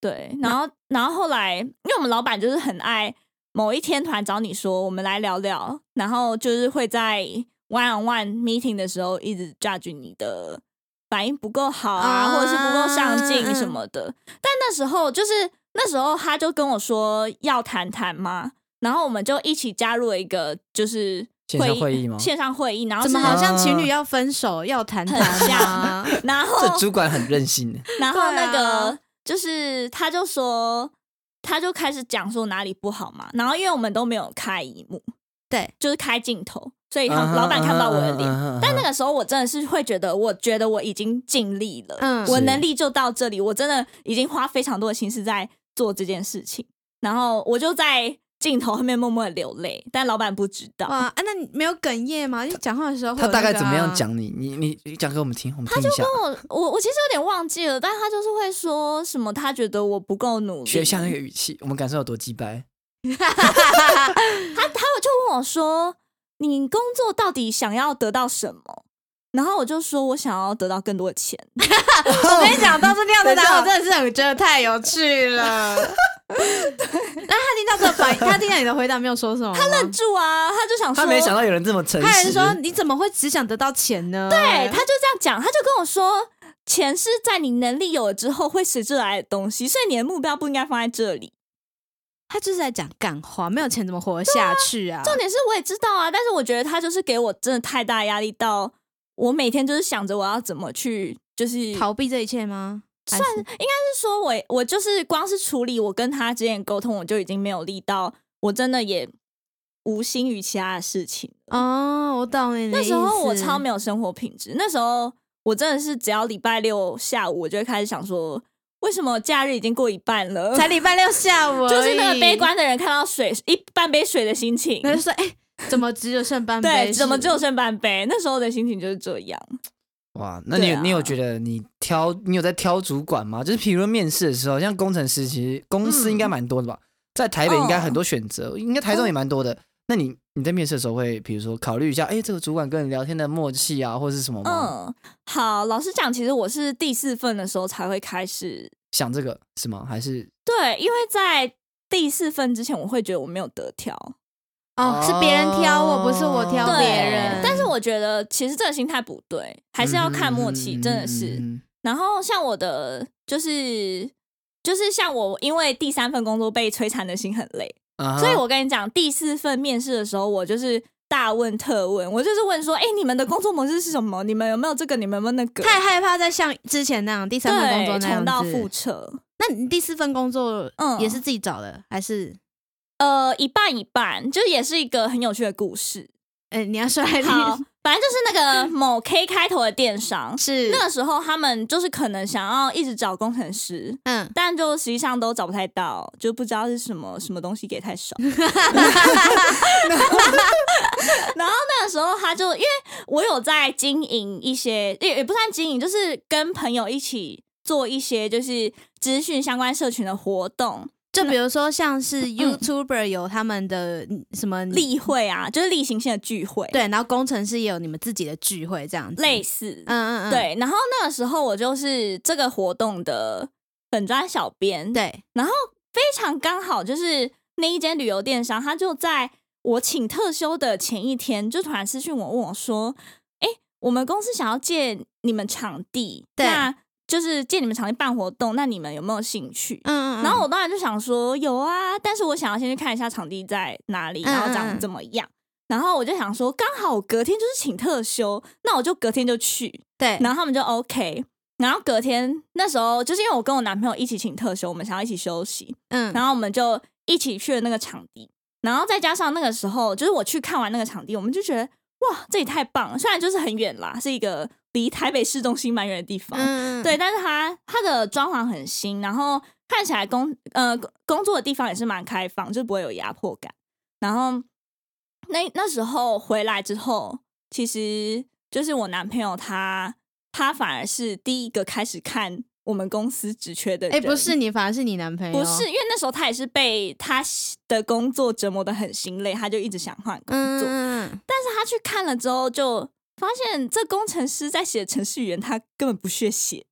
Speaker 1: 对，然后然后后来，因为我们老板就是很爱某一天突然找你说，我们来聊聊，然后就是会在 one on one meeting 的时候一直 judge 你的反应不够好啊，
Speaker 2: 啊
Speaker 1: 或者是不够上进什么的。但那时候就是那时候他就跟我说要谈谈嘛，然后我们就一起加入了一个就是
Speaker 3: 线上会议吗
Speaker 1: 线上会议，然后
Speaker 2: 怎么
Speaker 1: 是
Speaker 2: 好像情侣要分手要谈谈
Speaker 1: 啊很像
Speaker 2: 啊？
Speaker 1: 然后
Speaker 3: 这主管很任性，
Speaker 1: 然后
Speaker 2: 对
Speaker 1: 那
Speaker 2: 啊
Speaker 1: 个、就是他就说，他就开始讲说哪里不好嘛。然后因为我们都没有开荧幕，
Speaker 2: 对，嗯
Speaker 1: 就是开镜头，所以他老板看不到我的脸。
Speaker 3: 脸
Speaker 1: 但那个时候我真的是会觉得，我觉得我已经尽力了，
Speaker 2: 嗯
Speaker 1: 我
Speaker 3: 是
Speaker 1: 能力就到这里，我真的已经花非常多的心思在做这件事情。然后我就在镜头后面默默的流泪，但老板不知道。
Speaker 2: 哇啊，那你没有哽咽吗？你讲话的时候会
Speaker 3: 他
Speaker 2: 有
Speaker 3: 大概
Speaker 2: 那个
Speaker 3: 怎么样
Speaker 2: 啊？
Speaker 3: 讲你？你你你讲给我们听，我们听一下。
Speaker 1: 我我我其实有点忘记了，但他就是会说什么，他觉得我不够努力，
Speaker 3: 学一下那个语气，我们感受有多鸡掰。
Speaker 1: 他他就问我说：“你工作到底想要得到什么？”然后我就说：“我想要得到更多的钱。
Speaker 2: <laughs>
Speaker 3: 嗯
Speaker 2: 我跟你讲，到这样
Speaker 3: 等
Speaker 2: 的
Speaker 3: 一下
Speaker 1: <laughs>
Speaker 2: 答案，我真的是很觉得太有趣了。那他听到这个反应，他听到你的回答没有说什么吗？他”愣，
Speaker 1: 住啊！他就想说，
Speaker 3: 他没想到有人这么诚实。
Speaker 2: 他还是说你怎么会只想得到钱呢？
Speaker 1: 对，他就这样讲，他就跟我说：“钱是在你能力有了之后会随之来的东西，所以你的目标不应该放在这里。
Speaker 2: 他就是在讲干话，没有钱怎么活下去啊？
Speaker 1: 重点是我也知道啊，但是我觉得他就是给我真的太大压力到。我每天就是想着我要怎么去，就是
Speaker 2: 逃避这一切吗？还
Speaker 1: 算
Speaker 2: 是
Speaker 1: 应该是说我我就是光是处理我跟他之间的沟通，我就已经没有力到，我真的也无心于其他的事情。
Speaker 2: 哦，我懂你的
Speaker 1: 那时候我超没
Speaker 2: 有，
Speaker 1: 有生活品质，那时候我真的是只要礼拜六下午，我就会开始想说，为什么假日已经过一半了？
Speaker 2: 才礼拜六下午而已，
Speaker 1: 就是那个悲观的人看到水一半杯水的心情，
Speaker 2: 他就说：“哎、怎么只有剩半杯？
Speaker 1: 对，怎么只有剩半杯？那时候的心情就是这样。
Speaker 3: 哇，那你有、
Speaker 1: 对啊
Speaker 3: 你有觉得你挑你有在挑主管吗？就是比如说面试的时候，像工程师，其实公
Speaker 1: 嗯
Speaker 3: 司应该蛮多的吧，在台北应该很多选择，
Speaker 1: 哦
Speaker 3: 应该台中也蛮多的。那你你在面试的时候会，比如说考虑一下，哎、这个主管跟你聊天的默契啊，或者是什么吗？
Speaker 1: 嗯，好，老实讲，其实我是第四份的时候才会开始，
Speaker 3: 想这个是吗？还是
Speaker 1: 对，因为在第四份之前，我会觉得我没有得挑，
Speaker 2: 哦，是别人挑我，不是我挑
Speaker 3: 哦
Speaker 2: 别
Speaker 1: 对
Speaker 2: 人。
Speaker 1: 但是我觉得其实这个心态不对，还是要看默契，真的是。
Speaker 3: 嗯嗯嗯嗯
Speaker 1: 然后像我的就是就是像我，因为第三份工作被摧残的心很累，
Speaker 3: 嗯啊哈
Speaker 1: 所以我跟你讲，第四份面试的时候，我就是大问特问，我就是问说，哎、你们的工作模式是什么？你们有没有这个？你们有没有那个？
Speaker 2: 太害怕再像之前那样第三份工作
Speaker 1: 对，
Speaker 2: 那样
Speaker 1: 重
Speaker 2: 子
Speaker 1: 蹈覆辙。
Speaker 2: 那你第四份工作，
Speaker 1: 嗯
Speaker 2: 也是自己找的，还是
Speaker 1: 呃，一半一半，就也是一个很有趣的故事。
Speaker 2: 呃、 <laughs> 你要说还是
Speaker 1: 好，反正就是那个某 K 开头的电商，
Speaker 2: 是
Speaker 1: 那个时候他们就是可能想要一直找工程师，
Speaker 2: 嗯，
Speaker 1: 但就实际上都找不太到，就不知道是什么什么东西给太少。 <laughs> 然后那个时候他就因为我有在经营一些，也也不算经营，就是跟朋友一起做一些就是资讯相关社群的活动，
Speaker 2: 就比如说像是
Speaker 1: 嗯
Speaker 2: YouTuber 有他们的嗯什么
Speaker 1: 例会啊，就是例行性的聚会，，
Speaker 2: 对，然后工程师也有你们自己的聚会这样子，
Speaker 1: 类似，
Speaker 2: 嗯嗯嗯，
Speaker 1: 对。然后那个时候我就是这个活动的本专小编，
Speaker 2: 对，
Speaker 1: 非常刚好，就是那一间旅游电商，他就在我请特休的前一天，就突然私讯我，问我说：“哎、我们公司想要借你们场地，
Speaker 2: 对
Speaker 1: 那就是借你们场地办活动，那你们有没有兴趣？”
Speaker 2: 嗯嗯，
Speaker 1: 然后我当然就想说有啊，但是我想要先去看一下场地在哪里，
Speaker 2: 嗯
Speaker 1: 然后长得怎么样。然后我就想说，刚好我隔天就是请特休，那我就隔天就去。
Speaker 2: 对，
Speaker 1: 然后他们就 OK。然后隔天那时候，就是因为我跟我男朋友一起请特休，我们想要一起休息，
Speaker 2: 嗯，
Speaker 1: 然后我们就一起去了那个场地，然后再加上那个时候，就是我去看完那个场地，我们就觉得哇，这里太棒了。虽然就是很远啦，是一个离台北市中心蛮远的地方，
Speaker 2: 嗯，嗯，
Speaker 1: 对，但是它它的装潢很新，然后看起来工呃工作的地方也是蛮开放，就不会有压迫感。然后那那时候回来之后，其实就是我男朋友他他反而是第一个开始看我们公司职缺的人，
Speaker 2: 哎、不是你，反而是你男朋友，
Speaker 1: 不是，因为那时候他也是被他的工作折磨的很心累，他就一直想换工
Speaker 2: 嗯，嗯
Speaker 1: 作。
Speaker 2: 嗯嗯，
Speaker 1: 但是他去看了之后，就发现这工程师在写程序员，他根本不屑写。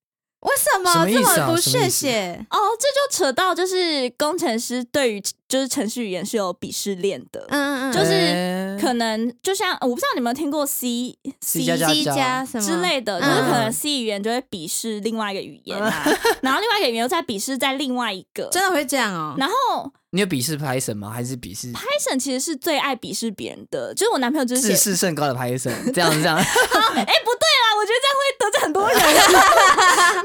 Speaker 2: 为什么
Speaker 3: 什么意
Speaker 2: 这
Speaker 3: 思啊
Speaker 2: 么不
Speaker 3: 什
Speaker 2: 屑
Speaker 3: 么意思
Speaker 2: 写？
Speaker 1: 哦，这就扯到就是工程师对于就是程序员是有鄙视链的，
Speaker 2: 嗯嗯嗯，
Speaker 1: 就是
Speaker 3: 哎
Speaker 1: 可能就像呃我不知道你有没有听过 C
Speaker 3: C 加加
Speaker 2: C 加什么
Speaker 1: 之类的，
Speaker 2: 嗯
Speaker 1: 就是可能 C 语言就会鄙视另外一个语言啊，然后另外一个语言又在鄙视在另外一个。
Speaker 2: <laughs> 真的会这样哦、
Speaker 1: 然后
Speaker 3: 你有鄙视 Python 吗？还是鄙视
Speaker 1: Python 其实是最爱鄙视别人的，就是我男朋友就是写
Speaker 3: 自视甚高的 Python？这
Speaker 1: <laughs>
Speaker 3: 样这样，
Speaker 1: 哎、不对啦，我觉得这样会得罪很多人。 <laughs>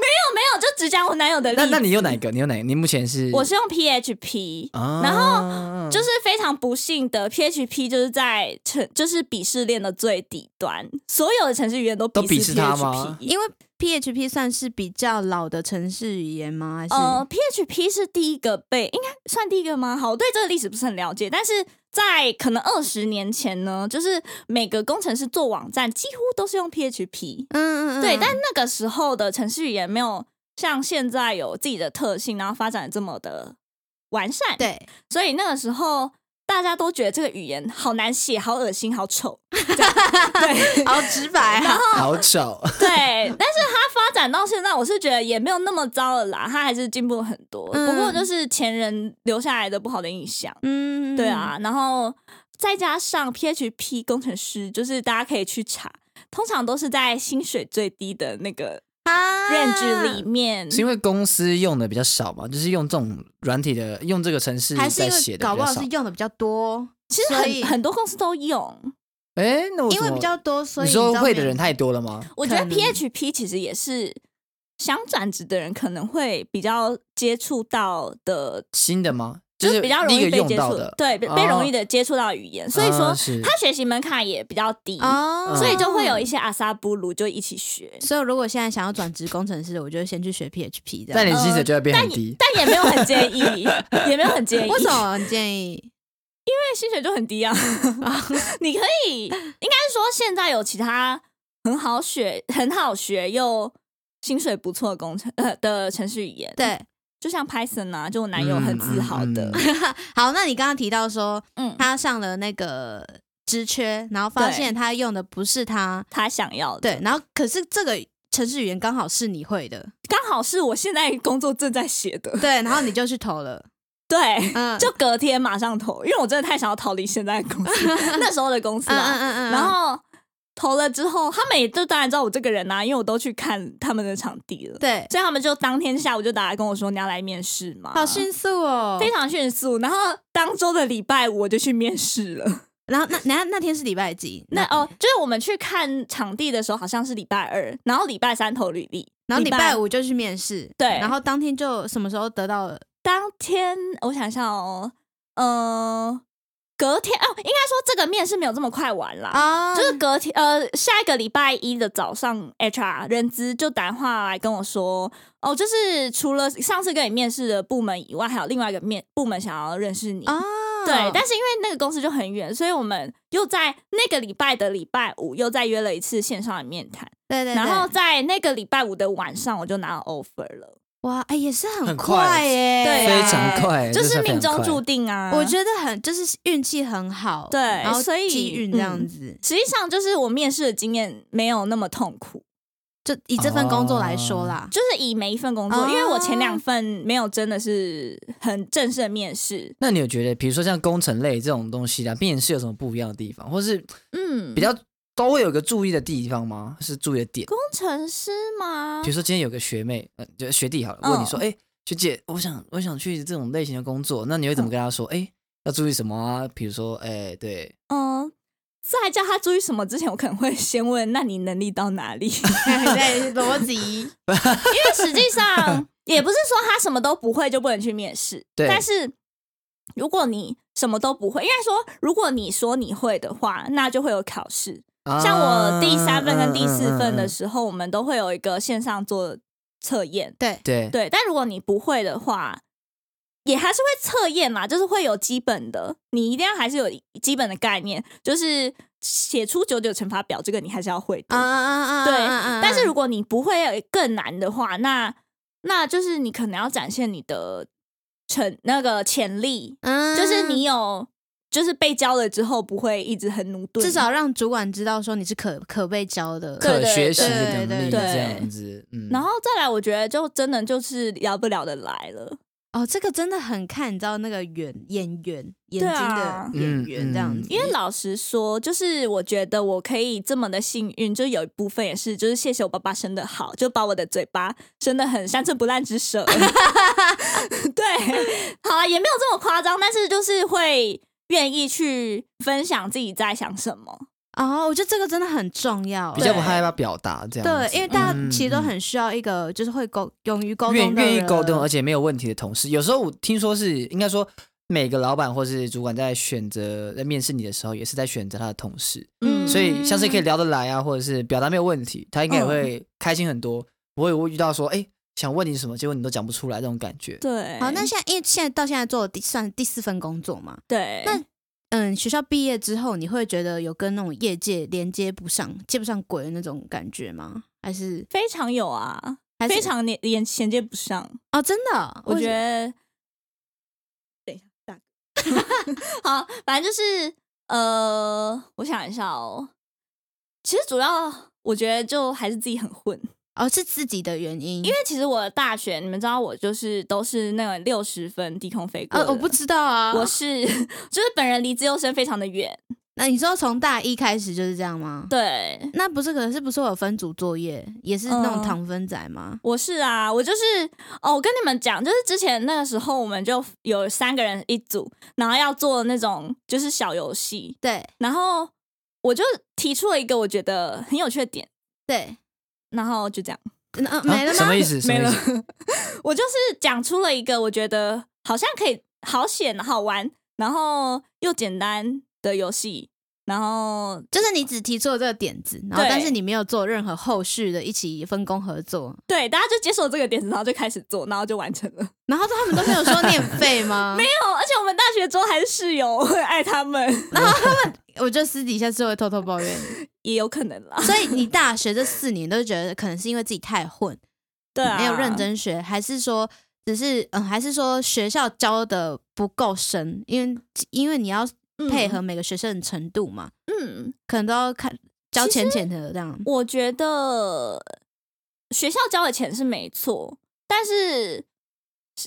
Speaker 1: 没有没有，就只讲我男友的例
Speaker 3: 那
Speaker 1: 子。
Speaker 3: 那你用哪一个？你用哪个？你目前是
Speaker 1: 我是用 PHP，、
Speaker 3: 啊，
Speaker 1: 然
Speaker 3: 后
Speaker 1: 就是非常不幸的 PHP 就是在程就是鄙视链的最底端，所有的程序员都
Speaker 3: 都鄙
Speaker 1: 视
Speaker 3: 视他吗
Speaker 1: PHP。
Speaker 2: 因为 PHP 算是比较老的城市语言吗？还是、
Speaker 1: 呃，PHP 是第一个被应该算第一个吗？好，我对这个历史不是很了解，但是在可能二十年前呢，就是每个工程师做网站几乎都是用 PHP，
Speaker 2: 嗯嗯嗯，
Speaker 1: 对，但那个时候的程序员没有像现在有自己的特性，然后发展得这么的完善。，
Speaker 2: 对，
Speaker 1: <laughs> 所以那个时候大家都觉得这个语言好难写、好恶心、好
Speaker 2: <laughs>
Speaker 1: 丑。
Speaker 2: 好直白啊，
Speaker 3: 好丑，
Speaker 1: 对，但是它发展到现在，我是觉得也没有那么糟了啦，它还是进步很多。
Speaker 2: 嗯
Speaker 1: 不过就是前人留下来的不好的印象。
Speaker 2: 嗯，
Speaker 1: 对啊，然后再加上 PHP 工程师，就是大家可以去查，通常都是在薪水最低的那个
Speaker 2: 啊
Speaker 1: range 里面。
Speaker 3: 是因为公司用的比较少嘛？就是用这种软体的，用这个程式
Speaker 2: 还是
Speaker 3: 在
Speaker 2: 因
Speaker 3: 写
Speaker 2: 为
Speaker 3: 的
Speaker 2: 搞
Speaker 3: 比
Speaker 2: 不
Speaker 3: 较
Speaker 2: 好
Speaker 3: 少
Speaker 2: 是。用的比较多，
Speaker 1: 其
Speaker 2: 所以
Speaker 1: 实很很多公司都用，
Speaker 3: 哎，那我
Speaker 2: 因
Speaker 3: 怎
Speaker 2: 为
Speaker 3: 么
Speaker 2: 比较多，所以
Speaker 3: 你
Speaker 2: 知道
Speaker 3: 说会
Speaker 2: 没
Speaker 3: 的人太多了吗？
Speaker 1: 我觉得
Speaker 2: 可能
Speaker 1: PHP 其实也是想转职的人可能会比较接触到的，
Speaker 3: 新的吗？
Speaker 1: 就是比较容
Speaker 3: 第一
Speaker 1: 易
Speaker 3: 个
Speaker 1: 被
Speaker 3: 用
Speaker 1: 接
Speaker 3: 到
Speaker 1: 触
Speaker 3: 的，，
Speaker 1: 对，被
Speaker 3: 哦
Speaker 1: 被容易的接触到语言，所以说
Speaker 3: 啊是啊
Speaker 1: 他学习门槛也比较低，
Speaker 3: 嗯
Speaker 2: 哦，
Speaker 1: 所以就会有一。些阿萨布鲁就一起学。
Speaker 2: 所以如果现在想要转职工程师，我就先去学 PHP 这样。
Speaker 3: 但你的薪水
Speaker 1: 呃
Speaker 3: 就会变很
Speaker 1: 但
Speaker 3: 低。
Speaker 1: 但也没有很介意，
Speaker 3: <laughs>
Speaker 1: 也没有很介意。
Speaker 2: 为什？么你建议？
Speaker 1: 因为薪水就很
Speaker 2: <laughs>
Speaker 1: 低啊。你可以，应该是说现在有其他很好学、很好学又薪水不错的工程呃的程序语言，，
Speaker 2: 对，
Speaker 1: 就像 Python 啊，就我男友很自豪的
Speaker 3: 嗯，
Speaker 2: 好，那你刚刚提到说
Speaker 1: <laughs> 嗯，他
Speaker 2: 他上了那个职缺，然后发
Speaker 1: 对嗯
Speaker 2: 现他用的不是他，
Speaker 1: 他想要的，
Speaker 2: 对，然后可是这个程序语言刚好是你会的，
Speaker 1: 刚好是我现在工作正在写的，
Speaker 2: 对，然后你就去投了，
Speaker 1: 对，
Speaker 2: 嗯，
Speaker 1: <laughs> 就隔天马上投，因为我真的太想要逃离现在的公司，
Speaker 2: <laughs>
Speaker 1: 那时候的公司
Speaker 2: 嗯
Speaker 1: 啊，
Speaker 2: 嗯嗯嗯，
Speaker 1: 然后投了之后，他们也就当然知道我这个人啊，因为我都去看他们的场地了，
Speaker 2: 对，
Speaker 1: 所以他们就当天下午就打来跟我说你要来面试吗？
Speaker 2: 好迅速哦
Speaker 1: 非。常迅速。然后当周的礼拜五我就去面试了。
Speaker 2: 然后那那那天是礼拜几？
Speaker 1: 那哦，就是我们去看场地的时候好像是礼拜二，然后礼拜三投履历，
Speaker 2: 然后礼拜
Speaker 1: 五
Speaker 2: 五就去面试，
Speaker 1: 对
Speaker 2: 然后当天就什么时候得到了？
Speaker 1: 当天我想一下哦，呃，隔天哦，应该说这个面试没有这么快完啦。
Speaker 2: 啊
Speaker 1: 就是隔天，呃，下一个礼拜一的早上，HR 人资就打电话来跟我说，哦，就是除了上次跟你面试的部门以外，还有另外一个面部门想要认识你。
Speaker 2: 啊，
Speaker 1: 对，但是因为那个公司就很远，所以我们又在那个礼拜的礼拜五又再约了一次线上的面谈，
Speaker 2: 对对，
Speaker 1: 然后
Speaker 2: 对
Speaker 1: 在那个礼拜五的晚上我就拿到 offer 了，
Speaker 2: 哇，哎，也是很
Speaker 3: 很
Speaker 2: 快
Speaker 3: 快
Speaker 2: 耶，
Speaker 1: 对啊
Speaker 3: 非常快
Speaker 1: 就
Speaker 3: 这
Speaker 1: 是
Speaker 3: 算非
Speaker 1: 命
Speaker 3: 常
Speaker 1: 中
Speaker 3: 快
Speaker 1: 注定啊！
Speaker 2: 我觉得很就是运气很好，
Speaker 1: 对
Speaker 2: 然后
Speaker 1: 所以
Speaker 2: 机运这样
Speaker 1: 嗯
Speaker 2: 子，
Speaker 1: 实际上就是我面试的经验没有那么痛苦，
Speaker 2: 就以这份工作来
Speaker 3: 哦
Speaker 2: 说啦，
Speaker 1: 就是以每一份工作，
Speaker 2: 哦
Speaker 1: 因为我前两份没有真的是很正式的面试，
Speaker 3: 那你有觉得，比如说像工程类这种东西啊，面试有什么不一样的地方，或是
Speaker 1: 嗯，
Speaker 3: 比较都会有个注意的地方吗？是注意的点？
Speaker 1: 工程师吗
Speaker 3: 比如？说今天有个学妹，呃，就学弟好了，问你说，哎、学姐，我想我想去这种类型的工作，那你会怎么跟他说？哎、要注意什么啊？比如说，哎，对，
Speaker 1: 嗯，在叫他注意什么之前，我可能会先问，那你能力到哪里？
Speaker 2: 对逻辑，
Speaker 1: 但实际
Speaker 3: <laughs>
Speaker 1: 上也不是说他什么都不会就不能去面试，
Speaker 3: 对
Speaker 1: 但是如果你什么都不会，应该说如果你说你会的话，那就会有考试。
Speaker 3: 啊
Speaker 1: 像我第三份跟第四份
Speaker 3: 嗯嗯嗯嗯
Speaker 1: 的时候，我们都会有一个线上做测验，
Speaker 2: <laughs> 对
Speaker 3: 对
Speaker 1: 对。但如果你不会的话，也还是会测验嘛，就是会有基本的，你一定要还是有基本的概念，就是写出九九乘法表这个你还是要会的
Speaker 2: 啊啊啊啊，
Speaker 1: 对，
Speaker 2: 啊啊
Speaker 1: 但是如果你不会有更难的话，那那就是你可能要展现你的成那个潜力，
Speaker 2: 嗯
Speaker 1: 就是你有就是被教了之后不会一直很驽钝，
Speaker 2: 至少让主管知道说你是可可被教的，
Speaker 1: 对
Speaker 3: 可
Speaker 1: 对
Speaker 3: 学习的
Speaker 2: 对
Speaker 3: 能力
Speaker 2: 对
Speaker 3: 这
Speaker 1: 对
Speaker 3: 样子，嗯，
Speaker 1: 然后再来，我觉得就真的就是聊不聊得来了，
Speaker 2: 哦，这个真的很看，你知道那个圆演员眼
Speaker 1: 对
Speaker 2: 睛
Speaker 1: 啊
Speaker 2: 的演员
Speaker 3: 嗯
Speaker 2: 这样
Speaker 3: 嗯
Speaker 2: 子，
Speaker 1: 因为老实说，就是我觉得我可以这么的幸运，就有一部分也是就是谢谢我爸爸生的好，就把我的嘴巴生的很三寸不烂之
Speaker 2: <laughs>
Speaker 1: 舌。对，好啊，也没有这么夸张，但是就是会愿意去分享自己在想什么。
Speaker 2: 哦，我觉得这个真的很重要，
Speaker 3: 比较不
Speaker 1: 对
Speaker 3: 害怕表达这样
Speaker 2: 对，
Speaker 3: 子
Speaker 2: 因为大家
Speaker 3: 嗯
Speaker 2: 其实都
Speaker 3: 嗯
Speaker 2: 很需要一个就是会沟勇于沟
Speaker 3: 愿
Speaker 2: 通的
Speaker 3: 愿意
Speaker 2: 人
Speaker 3: 沟通，而且没有问题的同事。有时候我听说是应该说。每个老板或是主管在选择在面试你的时候，也是在选择他的同事，
Speaker 1: 嗯，嗯
Speaker 3: 所以像是可以聊得来啊，或者是表达没有问题，他应该也会开心很多，不会遇到说哎想问你什么，结果你都讲不出来这种感觉。
Speaker 1: 对，
Speaker 2: 好，那现在因为现在到现在做的第算第四份工作嘛，
Speaker 1: 对，
Speaker 2: 那嗯，学校毕业之后，你会觉得有跟那种业界连接不上、接不上轨的那种感觉吗？还是
Speaker 1: 非常有啊，
Speaker 2: 还是
Speaker 1: 非常连连衔接不上。
Speaker 2: 哦，真的哦，
Speaker 1: 我觉得，等一下，大哥， <laughs> 好，反正就是呃，我想一下哦。其实主要我觉得就还是自己很混，因
Speaker 2: 哦是自己的原因，因
Speaker 1: 为其实我的大学，你们知道我就是都是那个六十分低空飞过
Speaker 2: 呃
Speaker 1: 的、
Speaker 2: 我不知道啊，
Speaker 1: 我是就是本人离自由生非常的远，
Speaker 2: 那你说从大一开始就是这样吗？
Speaker 1: 对，
Speaker 2: 那不是可是不是有分组作业，也是那种
Speaker 1: 嗯
Speaker 2: 糖分仔吗？
Speaker 1: 我是啊，我就是哦，我跟你们讲，就是之前那个时候我们就有三个人一组，然后要做那种就是小游戏，
Speaker 2: 对，
Speaker 1: 然后我就提出了一个我觉得很有趣的点，
Speaker 2: 对，
Speaker 1: 然后就这样
Speaker 2: 嗯、呃，
Speaker 3: 啊
Speaker 2: 没了
Speaker 3: 什
Speaker 2: 吗
Speaker 3: 么？意思？什么
Speaker 1: 没
Speaker 3: 意
Speaker 1: 了
Speaker 3: 思？。
Speaker 1: <laughs> 我就是讲出了一个我觉得好像可以好写、好玩，然后又简单的游戏，然后
Speaker 2: 就是你只提出了这个点子，然后
Speaker 1: 对
Speaker 2: 但是你没有做任何后续的一起分工合作，
Speaker 1: 对大家就接受这个点子，然后就开始做，然后就完成了。 <laughs>
Speaker 2: 然后他们都没有说念费吗？没有，
Speaker 1: 哦，而且我们大学之后还是室友， <laughs> 我很爱他们， <laughs>
Speaker 2: 我就私底下是会偷偷抱怨。
Speaker 1: 也有可能啦。
Speaker 2: 所以你大学这四年都觉得可能是因为自己太混，
Speaker 1: 对啊，
Speaker 2: 没有认。真学，还是说只是嗯，还是说学校教的不够深？因为因为你要配合每个学生的程度嘛，
Speaker 1: 嗯，
Speaker 2: 可能都要看教浅浅的这样。
Speaker 1: 我觉得学校交的钱是没错，但是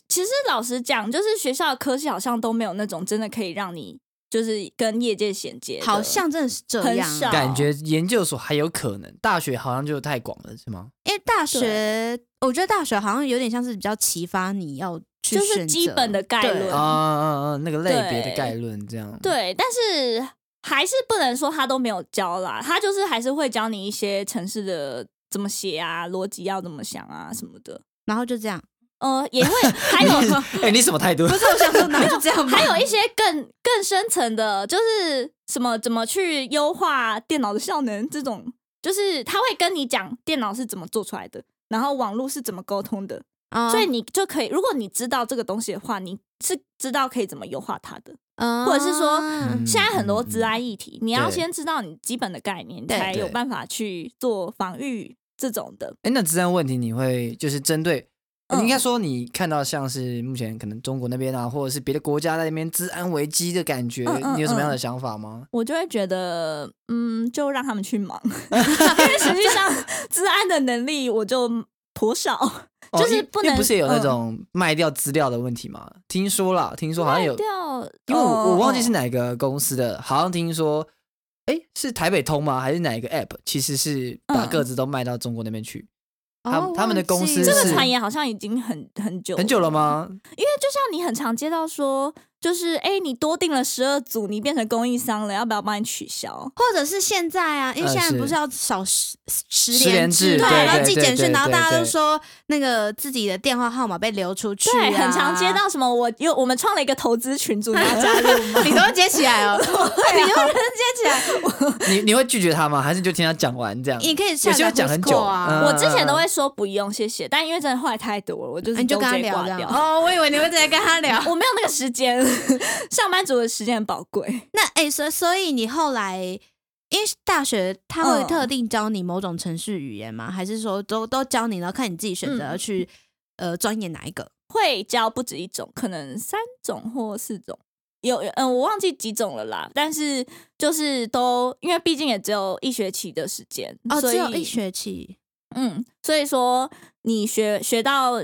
Speaker 1: 其实老实讲，就是学校的科系好像都没有那种真的可以让你就是跟业界衔接的，
Speaker 2: 好像真的是这
Speaker 1: 很
Speaker 2: 样啊，
Speaker 1: 少
Speaker 3: 感觉研究所还有可能，大学好像就太广了，是吗？
Speaker 2: 因为大学，我觉得大学好像有点像是比较启发你要去
Speaker 1: 就是
Speaker 2: 选择
Speaker 1: 基本的概论
Speaker 2: 对哦
Speaker 3: 啊啊啊！那个类别的概论这样。，
Speaker 1: 对，但是还是不能说他都没有教啦，他就是还是会教你一些城市的怎么写啊，逻辑要怎么想啊什么的。
Speaker 2: 然后就这样，
Speaker 1: 呃，也
Speaker 2: <laughs>
Speaker 1: 会还有
Speaker 3: <laughs> 哎，你什么态度？
Speaker 2: 不是我想说， <laughs> 然后就这样吗？
Speaker 1: 还有一些更更深层的，就是什么怎么去优化电脑的效能这种，就是他会跟你讲电脑是怎么做出来的，然后网络是怎么沟通的，
Speaker 2: 嗯，
Speaker 3: 哦
Speaker 1: 所以你就可以，如果你知道这个东西的话，你是知道可以怎么优化它的。
Speaker 2: 嗯
Speaker 1: 或者是说
Speaker 3: 嗯
Speaker 1: 现在很多
Speaker 3: 嗯嗯
Speaker 1: 治安议题，你要
Speaker 3: 对
Speaker 1: 先知道你基本的概念，你
Speaker 2: 对
Speaker 1: 才
Speaker 3: 对
Speaker 1: 有办法去做防御这种的。
Speaker 3: 哎，那治安问题你会就是针对？呃
Speaker 1: 嗯
Speaker 3: 应该说，你看到像是目前可能中国那边啊，或者是别的国家在那边治安危机的感觉，
Speaker 1: 嗯嗯
Speaker 3: 你有什么样的想法吗？
Speaker 1: 我就会觉得，嗯，就让他们去
Speaker 3: <laughs>
Speaker 1: 忙，因为实际上治安的能力我就 <laughs> 颇少，
Speaker 3: 哦
Speaker 1: 就是
Speaker 3: 因为
Speaker 1: 不
Speaker 3: 因为
Speaker 1: 能
Speaker 3: 不是有那
Speaker 1: 嗯
Speaker 3: 种卖掉资料的问题吗？听说啦，听说好像有
Speaker 1: 掉，
Speaker 3: 呃因为我
Speaker 1: 哦
Speaker 3: 我忘记是哪个公司的，好像听说，哎，是台北通吗？还是哪一个 app？其实是把
Speaker 1: 嗯
Speaker 3: 各自都卖到中国那边去，他
Speaker 2: 哦
Speaker 3: 他们的
Speaker 2: 忘
Speaker 3: 公
Speaker 2: 记
Speaker 3: 司
Speaker 2: 了
Speaker 1: 这个
Speaker 3: 是
Speaker 1: 产业好像已经很很久
Speaker 3: 很久了？吗？ <laughs>
Speaker 1: 因为就像你很常接到说，就是哎、你多订了十二组，你变成供应商了，要不要帮你取消？
Speaker 2: 或者是现在啊，因为
Speaker 3: 呃
Speaker 2: 现在不
Speaker 3: 是
Speaker 2: 是要少十十
Speaker 3: 十连制
Speaker 2: 对，
Speaker 1: 对
Speaker 2: 然后
Speaker 1: 对
Speaker 2: 寄
Speaker 3: 对
Speaker 2: 简
Speaker 3: 对
Speaker 2: 讯，然后
Speaker 3: 对
Speaker 2: 大家都
Speaker 3: 对
Speaker 2: 说那个自己的电话号码被流出去、啊，
Speaker 1: 对，很常接。到什么我有我们创了一个投资群组，你要
Speaker 3: <laughs>
Speaker 1: 加入吗？
Speaker 2: <laughs> 你都会接起来哦，你都会接起来。
Speaker 3: 你你会拒绝他吗？还是你就听他讲完这样？
Speaker 2: 你可以下
Speaker 3: 有些
Speaker 2: 载
Speaker 3: 会讲很
Speaker 2: Who's
Speaker 3: 久
Speaker 2: Call 啊，
Speaker 3: 嗯啊
Speaker 1: 我之前都会说不用，谢谢，但因为真的话太多了，我就是
Speaker 2: 你就
Speaker 1: 都
Speaker 2: 跟他
Speaker 1: 直接
Speaker 2: 聊
Speaker 1: 挂
Speaker 2: 这样。
Speaker 1: 掉。
Speaker 2: 哦，我以为你会直接跟他聊。
Speaker 1: <laughs> 我没有那个时间， <laughs> 上班族的时间很宝贵。
Speaker 2: 那哎，所所以你后来，因为大学他会
Speaker 1: 嗯
Speaker 2: 特定教你某种程序语言吗？还是说都都教你，然后看你自己选择要
Speaker 1: 嗯
Speaker 2: 去呃钻研哪一个？
Speaker 1: 会教不止一种，可能三种或四种，有嗯，我忘记几种了啦。但是就是都，因为毕竟也只有一学期的时间，
Speaker 2: 哦，
Speaker 1: 所
Speaker 2: 只
Speaker 1: 以
Speaker 2: 有一学期。
Speaker 1: 嗯，所以说你学学到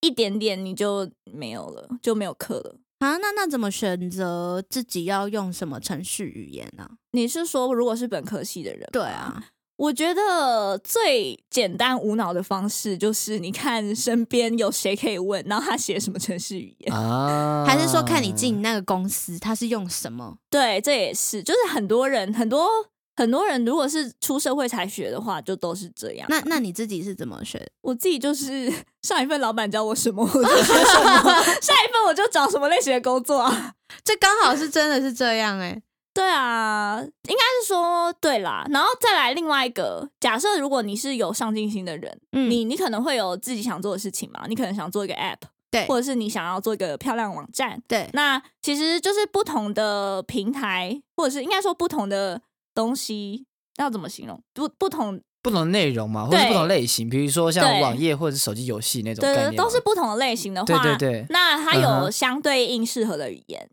Speaker 1: 一点点，你就没有了，就没有课了。
Speaker 2: 啊，那那怎么选择自己要用什么程序语言呢、
Speaker 1: 你是说，如果是本科系的人，
Speaker 2: 对，啊，
Speaker 1: 我觉得最简单无脑的方式就是你看身边有谁可以问，然后他写什么程式语言。
Speaker 3: 啊
Speaker 2: 还是说看你进那个公司，它是用什么？
Speaker 1: 对，这也是，就是很多人很多很多人如果是出社会才学的话，就都是这样。
Speaker 2: 那那你自己是怎么 <laughs> 学？
Speaker 1: 我自己就是 <laughs> 上一份老板教我什么，我就学什么，下一份我就找什么类型的工作啊。
Speaker 2: 这刚好是真的是这样哎、
Speaker 1: 对啊，应该是说对啦，然后再来另外一个假设，如果你是有上进心的人，
Speaker 2: 嗯
Speaker 1: 你你可能会有自己想做的事情嘛，你可能想做一个 app，
Speaker 2: 对
Speaker 1: 或者是你想要做一个漂亮网站。
Speaker 2: 对
Speaker 1: 那其实就是不同的平台，或者是应该说不同的东西，要怎么形容？不不同，
Speaker 3: 不同的内容嘛，或者
Speaker 1: 对
Speaker 3: 不同类型，比如说像
Speaker 1: 对
Speaker 3: 网页或者是手机游戏那种
Speaker 1: 对
Speaker 3: 概
Speaker 1: 对，
Speaker 3: 念吗，
Speaker 1: 都是不同的类型的话，
Speaker 3: 对对对
Speaker 1: 那它
Speaker 3: 嗯
Speaker 1: 有
Speaker 3: 哼
Speaker 1: 相对应适合的语言。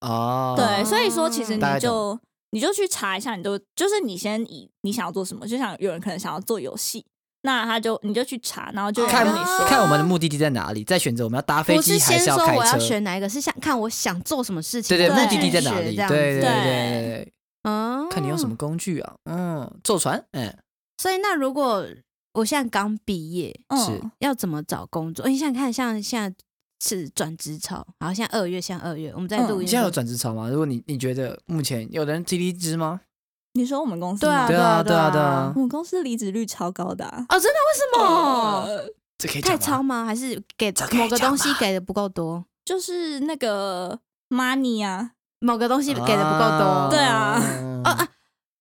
Speaker 3: 哦，
Speaker 1: 对，所以说其实
Speaker 3: 大
Speaker 1: 你
Speaker 3: 概
Speaker 1: 就你就去查一下，你就就是你先以你想要做什么，就像有人可能想要做游戏，那他就你就去查，然后就有人
Speaker 3: 看
Speaker 1: 跟你说，
Speaker 3: 看我们的目的地在哪里，再选择我们要搭飞
Speaker 2: 不
Speaker 3: 机
Speaker 2: 是先
Speaker 3: 还是
Speaker 2: 说
Speaker 3: 开
Speaker 2: 我要
Speaker 3: 车。
Speaker 2: 选哪一个，是想看我想做什么事情，
Speaker 3: 对对，
Speaker 1: 对
Speaker 3: 目的地
Speaker 2: 去
Speaker 3: 在哪
Speaker 2: 学这
Speaker 3: 里？对
Speaker 2: 样子
Speaker 3: 对对
Speaker 1: 对
Speaker 3: 对对，
Speaker 2: 嗯，
Speaker 3: 看你用什么。工具啊？嗯，坐船，嗯，
Speaker 2: 所以那如果我现在刚毕业，
Speaker 3: 是
Speaker 1: 嗯，
Speaker 2: 要怎么找工作？你想想看，像现在是转职潮，然后现在二月，现在二月，我们在
Speaker 1: 嗯
Speaker 2: 录音的时候，
Speaker 3: 你现在有转职潮吗？如果你你觉得目前有人提离职吗？
Speaker 1: 你说我们公司
Speaker 2: 对啊
Speaker 1: 吗
Speaker 3: 对啊
Speaker 2: 对啊
Speaker 3: 对啊
Speaker 1: 我们公司离职率超高的、啊，
Speaker 2: 哦，真的？为什么？
Speaker 3: 这可
Speaker 2: 哦
Speaker 3: 以
Speaker 2: 太
Speaker 3: 讲
Speaker 2: 超
Speaker 3: 吗？
Speaker 2: 吗？还是给
Speaker 3: 这可以
Speaker 2: 某个
Speaker 3: 讲
Speaker 2: 东西
Speaker 3: 吧
Speaker 2: 给的不够多？
Speaker 1: 就是那个 money 啊，
Speaker 2: 某个东西给的不够多？
Speaker 1: 对啊
Speaker 2: 哦
Speaker 3: 啊
Speaker 2: 啊。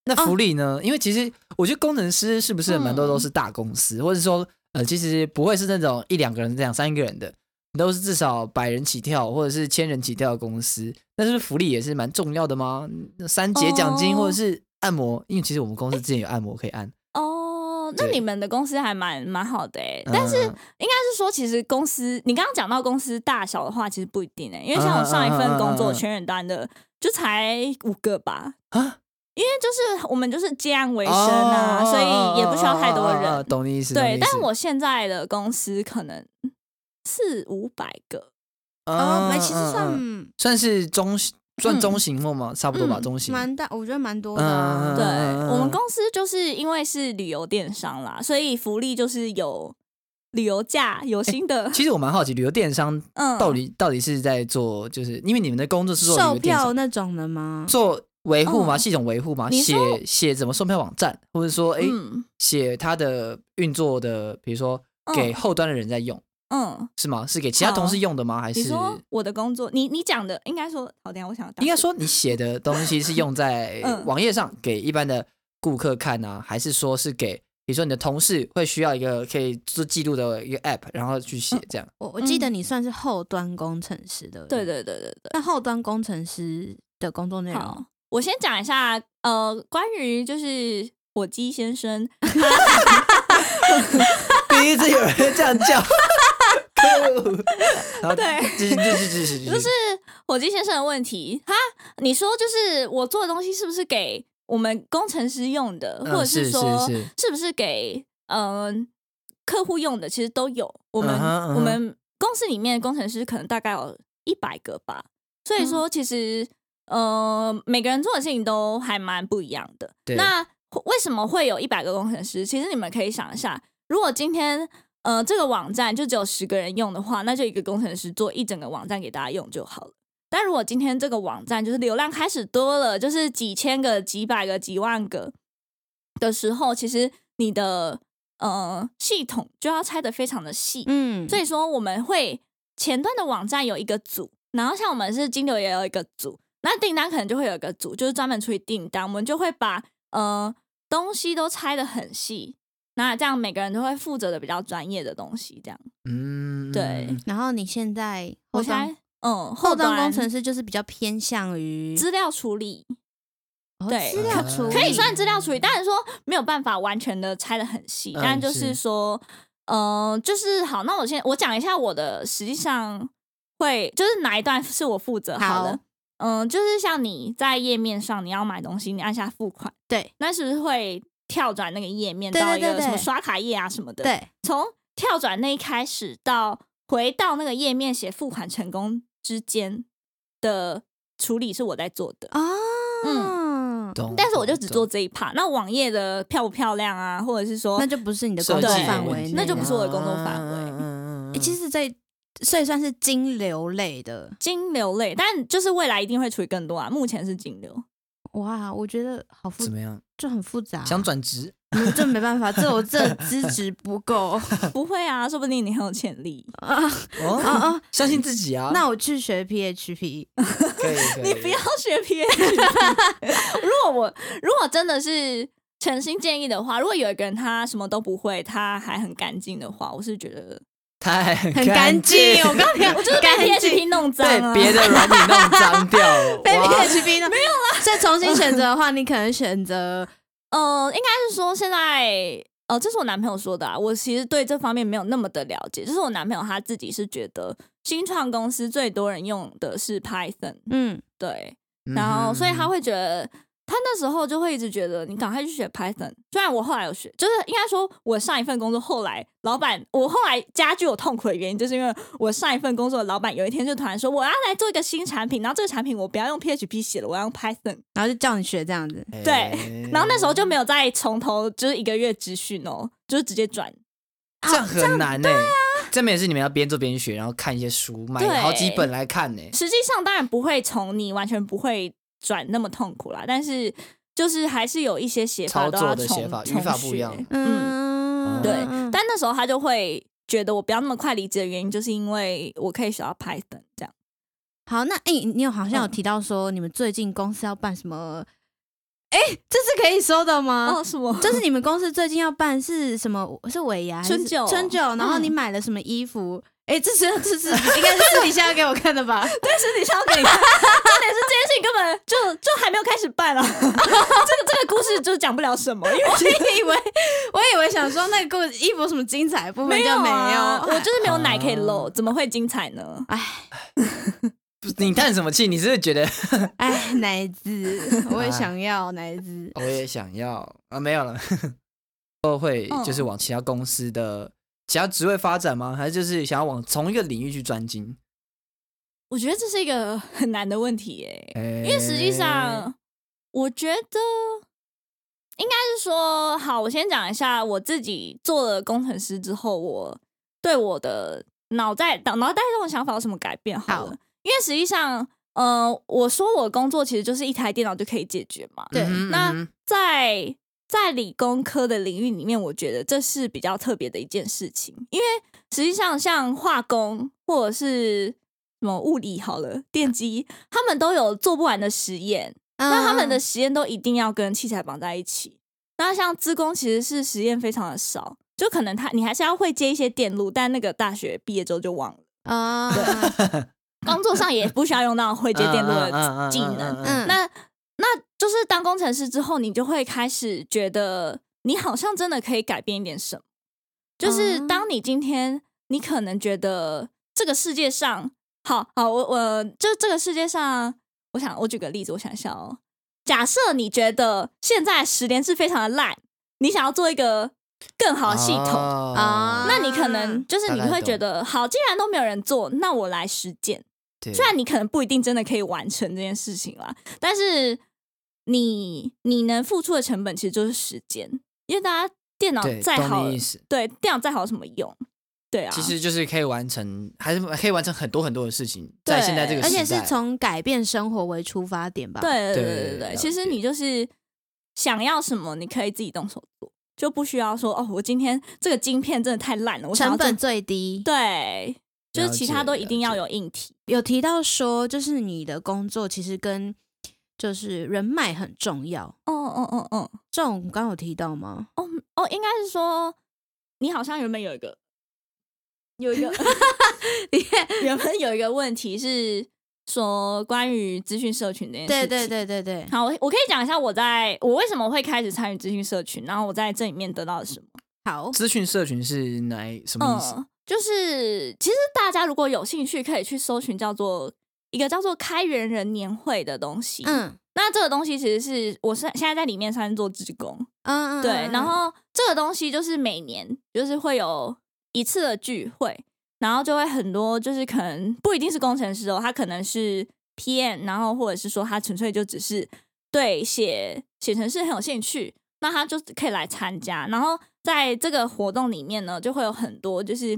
Speaker 3: 那福利呢？因为其实我觉得工程师是不是
Speaker 1: 嗯
Speaker 3: 蛮多都是大公司，或者说呃，其实不会是那种一两个人、两三个人的，都是至少百人起跳或者是千人起跳的公司。那是不是福利也是蛮重要的吗？那三节奖金
Speaker 1: 哦
Speaker 3: 或者是按摩，因为其实我们公司之前有按摩可以按，
Speaker 1: 哦，那
Speaker 3: 对
Speaker 1: 你们的公司还蛮蛮好的哎、但是
Speaker 3: 嗯
Speaker 1: 应该是说，其实公司你刚刚讲到公司大小的话，其实不一定哎、因为像我上一份工
Speaker 3: 嗯嗯嗯嗯
Speaker 1: 作
Speaker 3: 嗯
Speaker 1: 全远端的就才五个吧，
Speaker 3: 啊
Speaker 1: 因为就是我们就是接案为生啊，
Speaker 3: 哦
Speaker 1: 所以也不需要太多
Speaker 3: 哦哦哦哦哦
Speaker 1: 人。
Speaker 3: 懂你意思。懂你
Speaker 1: 对
Speaker 3: 意，思
Speaker 1: 但我现在的公司可能四五百个，
Speaker 2: 哦，没，
Speaker 3: 嗯
Speaker 2: 其实
Speaker 3: 嗯
Speaker 2: 算
Speaker 3: 嗯算是中算中型或吗？差不多吧，
Speaker 1: 嗯
Speaker 3: 中型。
Speaker 2: 蛮大，我觉得蛮多的啊。
Speaker 3: 嗯嗯嗯
Speaker 1: 对、我们公司就是因为是旅游电商啦，所以福利就是有旅游价，有新的、
Speaker 3: 其实我蛮好奇，旅游电商
Speaker 1: 嗯
Speaker 3: 到底、到底是在做，就是因为你们的工作是做旅
Speaker 2: 售
Speaker 3: 游电
Speaker 2: 票
Speaker 3: 商，
Speaker 2: 那种的吗？
Speaker 3: 做维护嘛，
Speaker 1: 嗯
Speaker 3: 系统维护嘛，
Speaker 1: 你
Speaker 3: 写
Speaker 1: 说
Speaker 3: 写怎么售票网站，或者说诶
Speaker 1: 嗯
Speaker 3: 写它的运作的，比如说给
Speaker 1: 嗯
Speaker 3: 后端的人在用，
Speaker 1: 嗯，
Speaker 3: 是吗？是给其他同事用的吗？还
Speaker 1: 你
Speaker 3: 是
Speaker 1: 说我的工作，你你讲的应该说，好，等一下我想打
Speaker 3: 应该说你写的东西是用在
Speaker 1: <laughs> 嗯
Speaker 3: 网页上给一般的顾客看啊，还是说是给比如说你的同事会需要一个可以做记录的一个 app，然后去
Speaker 1: 嗯
Speaker 3: 写这样？
Speaker 2: 我我记得你算是后端工程师的，
Speaker 1: 对。对对对对，
Speaker 2: 那后端工程师的工作内容，
Speaker 1: 好，我先讲一下，呃，关于就是火鸡先生，
Speaker 3: 第一次有人这样叫， <laughs> 可恶！然后
Speaker 1: 对
Speaker 3: 继续继续继续继续，
Speaker 1: 就是火鸡先生的问题哈，你说就是我做的东西是不是给我们工程师用的，
Speaker 3: 嗯
Speaker 1: 或者
Speaker 3: 是
Speaker 1: 说
Speaker 3: 是是
Speaker 1: 不是给嗯、客户用的？其实都有，我们、
Speaker 3: 嗯哼嗯哼
Speaker 1: 我们公司里面的工程师可能大概有一百个吧，所
Speaker 3: 嗯
Speaker 1: 以说其实、呃每个人做的事情都还蛮不一样的。
Speaker 3: 对
Speaker 1: 那为什么会有一百个工程师？其实你们可以想一下，如果今天呃这个网站就只有十个人用的话，那就一个工程师做一整个网站给大家用就好了。但如果今天这个网站就是流量开始多了，就是几千个、几百个、几万个的时候，其实你的呃系统就要拆的非常的细，
Speaker 2: 嗯，
Speaker 1: 所以说我们会前端的网站有一个组，然后像我们是金流也有一个组，那订单可能就会有一个组，就是专门处理订单，我们就会把呃东西都拆的很细，那这样每个人都会负责的比较专业的东西，这样。
Speaker 3: 嗯，
Speaker 1: 对
Speaker 2: 然后你现在
Speaker 1: 我
Speaker 2: 后
Speaker 1: 现在
Speaker 2: 端
Speaker 1: 嗯
Speaker 2: 后端
Speaker 1: 端
Speaker 2: 工程师就是比较偏向于
Speaker 1: 资料处理
Speaker 2: 哦
Speaker 1: 对
Speaker 2: 资
Speaker 3: 啊
Speaker 2: 料处理，
Speaker 1: 可以算资料处理，但是说没有办法完全的拆的很细，
Speaker 3: 嗯
Speaker 1: 但就是是说，呃，就是好，那我先我讲一下我的，实际上会就是哪一段是我负责好
Speaker 2: 好
Speaker 1: 了。嗯，就是像你在页面上你要买东西，你按下付款，
Speaker 2: 对
Speaker 1: 那是不是会跳转那个页面
Speaker 2: 对
Speaker 1: 到
Speaker 2: 对
Speaker 1: 一
Speaker 2: 对
Speaker 1: 个
Speaker 2: 对
Speaker 1: 什么刷卡页啊什么的？，
Speaker 2: 对
Speaker 1: 从跳转那一开始到回到那个页面写付款成功之间的处理是我在做的。嗯
Speaker 2: 啊，
Speaker 3: 懂。
Speaker 1: 但是我就只做
Speaker 3: 懂
Speaker 1: 这一 part。那网页的漂不漂亮啊，或者是说
Speaker 2: 那就不是你的
Speaker 3: 设
Speaker 2: 工
Speaker 3: 计
Speaker 2: 作
Speaker 3: 的
Speaker 1: 对
Speaker 2: 范
Speaker 3: 问
Speaker 2: 围
Speaker 3: 题
Speaker 2: 内啊，
Speaker 1: 那就不是我的工作范围
Speaker 3: 嗯嗯嗯嗯
Speaker 2: 诶其实这所以算是金流类的
Speaker 1: 金流类，但就是未来一定会处理更多啊。目前是金
Speaker 2: <laughs>
Speaker 1: 流，
Speaker 2: 哇，我觉得好复
Speaker 3: 怎么样？
Speaker 1: 啊
Speaker 2: 就很复杂，
Speaker 3: 想转职？
Speaker 2: 没这没办法，这我这资质不够 <laughs>
Speaker 1: 不会啊，说不定你很有潜力。
Speaker 2: 啊啊
Speaker 3: 哦，
Speaker 2: 啊！
Speaker 3: 相信自己啊！
Speaker 2: 那我去学 PHP，
Speaker 3: 可
Speaker 1: <laughs>
Speaker 3: 以，可以
Speaker 1: 你不要学
Speaker 2: <laughs>
Speaker 1: PH。如果我如果真的是诚心建议的话，如果有一个人他什么都不会，他还很干净的话，我是觉得
Speaker 3: 太
Speaker 2: 很干净，我告诉你，
Speaker 1: 我就是被
Speaker 2: 干净
Speaker 1: PHP 弄脏啊了。
Speaker 3: 被别的软体弄脏
Speaker 1: <laughs>
Speaker 3: 掉了。
Speaker 2: 被
Speaker 3: 哇
Speaker 2: PHP 呢？没有啦。所以重新选择的话，你可能选择
Speaker 1: 呃，应该是说现在，呃，这是我男朋友说的啊。我其实对这方面没有那么的了解，就是我男朋友他自己是觉得新创公司最多人用的是 Python，
Speaker 2: 嗯，
Speaker 1: 对，然后所以
Speaker 3: 嗯
Speaker 1: 他会觉得。他那时候就会一直觉得你赶快去学 Python，虽然我后来有学，就是应该说我上一份工作后来老板，我后来加剧我痛苦的原因，就是因为我上一份工作的老板有一天就突然说我要来做一个新产品，然后这个产品我不要用 PHP 写了，我要用 Python，
Speaker 2: 然后就叫你学这样子。
Speaker 3: 嗯
Speaker 1: 对然后那时候就没有再从头，就是一个月集训哦，就是直接转。啊
Speaker 3: 这样很难呢、这边也是你们要边做边学，然后看一些书，买
Speaker 1: 对
Speaker 3: 好几本来看呢、欸
Speaker 1: 实际上当然不会从你完全不会转那么痛苦啦，但是就是还是有一些写法都要
Speaker 3: 操作的
Speaker 1: 重
Speaker 3: 写法
Speaker 1: 重
Speaker 3: 语法不一样
Speaker 1: 学嗯，
Speaker 2: 嗯，
Speaker 1: 对。但那时候他就会觉得我不要那么快离职的原因，就是因为我可以学到 Python 这样。
Speaker 2: 好，那哎、欸你有好像有提到说你们最近公司要办什么？哎、这是可以说的吗？
Speaker 1: 哦，什 <laughs> 么？
Speaker 2: 就是你们公司最近要办是什么？是尾牙还是
Speaker 1: 春酒
Speaker 2: 春酒，然后
Speaker 1: 嗯
Speaker 2: 你买了什么衣服？哎、这是这 <laughs> 是应该是私底下要给我看的 <laughs> 吧？
Speaker 1: 但是你想要给你看， <laughs> 重点是这件事情根本就就还没有开始办啊。 <laughs> 这个这个故事就讲不了什么，因为
Speaker 2: 我以为我以为想说那个故衣服有什么精彩的部分就没
Speaker 1: 啊 <laughs>
Speaker 2: 有，
Speaker 1: 我就是没有奶可以露，怎么会精彩呢？
Speaker 2: 哎
Speaker 3: 不是你叹什么气？你是不是觉得
Speaker 2: <laughs>
Speaker 3: <laughs>
Speaker 2: 哎，奶 <laughs> 子，我也想要奶子。
Speaker 3: 我也想要啊？没有了， <laughs> 都会
Speaker 1: 嗯
Speaker 3: 就是往其他公司的其他职位发展吗？还是就是想要往从一个领域去专精？
Speaker 1: 我觉得这是一个很难的问题耶、
Speaker 3: 因
Speaker 1: 因为实际上，我觉得应该是说，好，我先讲一下我自己做了工程师之后，我对我的脑袋脑脑袋这种想法有什么改变好了？
Speaker 2: 好
Speaker 1: 因为实际上，呃，我说我工作其实就是一台电脑就可以解决嘛，
Speaker 2: 对
Speaker 1: 那
Speaker 3: 嗯
Speaker 1: 在在理工科的领域里面，我觉得这是比较特别的一件事情，因为实际上像化工或者是什么物理好了，电机，他们都有做不完的实验，
Speaker 2: 嗯
Speaker 1: 那他们的实验都一定要跟器材绑在一起。那像资工其实是实验非常的少，就可能他你还是要会接一些电路，但那个大学毕业之后就忘了，
Speaker 2: 啊，
Speaker 1: 工作上也不需要用到会接电路
Speaker 3: 嗯嗯嗯嗯
Speaker 1: 的技
Speaker 3: 嗯
Speaker 1: 能。
Speaker 3: 嗯嗯
Speaker 1: 那那就是当工程师之后，你就会开始觉得你好像真的可以改变一点什么。就是
Speaker 2: 哦
Speaker 1: 当你今天你可能觉得这个世界上，好好，我我就这个世界上，我想我举个例子，我想一下哦。假设你觉得现在十连制非常的烂，你想要做一个更好的系统，
Speaker 3: 哦
Speaker 2: 啊
Speaker 1: 那你可能就是
Speaker 3: 大
Speaker 1: 你
Speaker 3: 概
Speaker 1: 会
Speaker 3: 懂
Speaker 1: 觉得，好，既然都没有人做，那我来实践。
Speaker 3: 对
Speaker 1: 虽然你可能不一定真的可以完成这件事情啦，但是你你能付出的成本其实就是时间，因为大家电脑
Speaker 3: 对
Speaker 1: 再
Speaker 3: 懂
Speaker 1: 好
Speaker 3: 你意，思，
Speaker 1: 对电脑再好有什么用？对啊，
Speaker 3: 其实就是可以完成，还是可以完成很多很多的事情，在
Speaker 1: 对
Speaker 3: 现在这个
Speaker 2: 而
Speaker 3: 时代，
Speaker 2: 且是从改变生活为出发点吧？，
Speaker 1: 对对对
Speaker 3: 对
Speaker 1: 对
Speaker 3: 了
Speaker 1: 对，
Speaker 3: 解
Speaker 1: 其实你就是想要什么，你可以自己动手做，就不需要说哦，我今天这个晶片真的太烂了，我想要
Speaker 2: 成本
Speaker 1: 做
Speaker 2: 最低。
Speaker 1: 对，就是
Speaker 3: 了
Speaker 1: 其
Speaker 3: 解
Speaker 1: 他都一
Speaker 3: 了
Speaker 1: 定要
Speaker 3: 解
Speaker 1: 有硬体，
Speaker 2: 有提到说，就是你的工作其实跟就是人脉很重要，
Speaker 1: 哦哦哦哦
Speaker 2: 这种刚刚有提到吗？
Speaker 1: 哦哦，应该是说你好像原本有一个有一个原本有一个问题是说关于资讯社群这件事
Speaker 2: 对
Speaker 1: 情。
Speaker 2: 对。对对对，
Speaker 1: 好，我我可以讲一下我在我为什么会开始参与资讯社群，然后我在这里面得到了什么。
Speaker 2: 好，
Speaker 3: 资讯社群是哪一什么意思？
Speaker 1: 嗯，就是其实大家如果有兴趣，可以去搜寻叫做一个叫做开源人年会的东西。，
Speaker 2: 嗯
Speaker 1: 那这个东西其实是我是现在在里面算是做志工，
Speaker 2: 嗯，嗯
Speaker 1: 对，
Speaker 2: 嗯
Speaker 1: 然后这个东西就是每年就是会有一次的聚会，然后就会很多就是可能不一定是工程师哦，他可能是 PM，然后或者是说他纯粹就只是对写写程式很有兴趣，那他就可以来参加。然后在这个活动里面呢，就会有很多就是。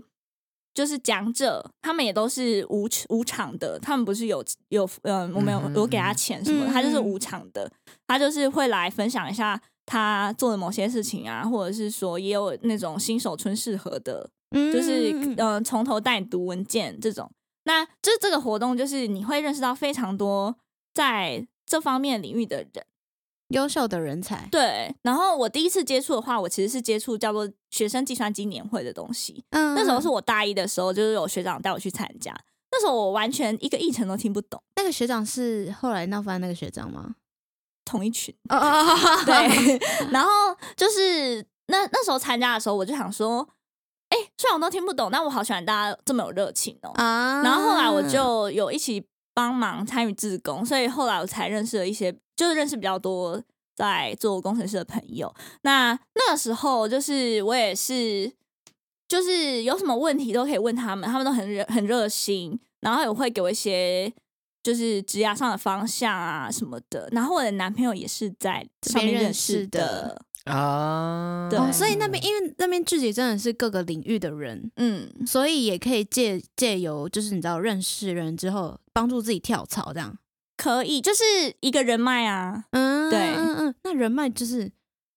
Speaker 1: 就是讲者，他们也都是无无偿的，他们不是有有嗯，我们有
Speaker 3: 嗯哼
Speaker 1: 我给他钱什么的，
Speaker 2: 嗯
Speaker 1: 他就是
Speaker 2: 嗯
Speaker 1: 无偿的，他就是会来分享一下他做的某些事情啊，或者是说也有那种新手村适合的，
Speaker 2: 嗯
Speaker 1: 就是
Speaker 2: 嗯嗯嗯
Speaker 1: 嗯从头带你读文件这种。那就是这个活动，就是你会认识到非常多在这方面领域的人。
Speaker 2: 优秀的人才，
Speaker 1: 对，然后我第一次接触的话，我其实是接触叫做学生计算机年会的东西。
Speaker 2: 嗯
Speaker 1: 那时候
Speaker 2: 嗯
Speaker 1: 是我大一的时候，就是有学长带我去参加。那时候我完全一个议程都听不懂，
Speaker 2: 那个学长是后来闹翻那个学长吗？
Speaker 1: 同一群。
Speaker 2: 哦哦哦，
Speaker 1: 对， <laughs> 然后就是那那时候参加的时候，我就想说，哎、虽然我都听不懂，但我好喜欢大家这么有热情哦、
Speaker 2: <laughs> 啊，
Speaker 1: 然后后来我就有一起帮忙参与志工，所以后来我才认识了一些，就是认识比较多在做工程师的朋友。那那个时候就是我也是，就是有什么问题都可以问他们，他们都很热很热心，然后也会给我一些。就是职涯上的方向啊什么的，然后我的男朋友也是在上面
Speaker 2: 这边
Speaker 1: 认
Speaker 2: 认识
Speaker 1: 识的
Speaker 2: 的，
Speaker 3: 啊，
Speaker 1: 嗯对
Speaker 2: 哦，所以那边因为那边聚集真的是各个领域的人，
Speaker 1: 嗯，
Speaker 2: 所以也可以借借由就是你知道认识人之后帮助自己跳槽这样。
Speaker 1: 可以，就是一个人脉啊。
Speaker 2: 嗯，
Speaker 1: 对
Speaker 2: 嗯嗯，那人脉就是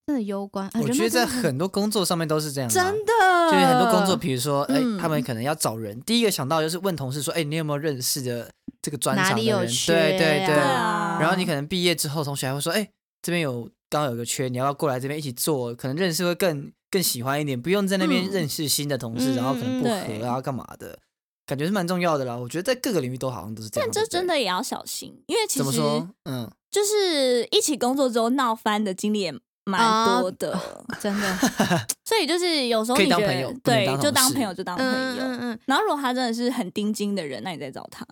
Speaker 2: 真的攸关。啊、
Speaker 3: 我
Speaker 2: 人脉
Speaker 3: 觉得在
Speaker 2: 真的很
Speaker 3: 很多工作上面都是这样、啊，
Speaker 2: 真的，
Speaker 3: 就是很多工作，比如说，哎、
Speaker 1: 嗯
Speaker 3: 他们可能要找人，第一个想到就是问同事说，哎、你有没有认识的这个专
Speaker 2: 哪
Speaker 3: 长的
Speaker 2: 里有
Speaker 3: 人？
Speaker 2: 缺
Speaker 3: 对对对。
Speaker 1: 对啊
Speaker 3: 然后你可能毕业之后，同学还会说，哎、这边有刚好有个缺，你要不要过来这边一起做？可能认识会更更喜欢一点，不用在那边
Speaker 1: 嗯
Speaker 3: 认识新的同事，
Speaker 2: 嗯
Speaker 3: 然后可能不
Speaker 1: 嗯
Speaker 3: 合啊干嘛的，感觉是蛮重要的啦。我觉得在各个领域都好像都是这样。
Speaker 1: 但这
Speaker 3: 对不对
Speaker 1: 真的也要小心，因为其
Speaker 3: 怎么
Speaker 1: 实
Speaker 3: 说？嗯，
Speaker 1: 就是一起工作之后闹翻的经历也
Speaker 2: 啊
Speaker 1: 蛮多的，
Speaker 2: 真的，
Speaker 1: 所以就是有时候
Speaker 3: 可以
Speaker 1: 你觉得
Speaker 3: 当朋友不能
Speaker 1: 对
Speaker 3: 当，同
Speaker 1: 就当
Speaker 3: 事
Speaker 1: 朋友就当朋
Speaker 2: 嗯
Speaker 1: 友。
Speaker 2: 嗯嗯。
Speaker 1: 然后如果他真的是很钉钉的人，那你再找他。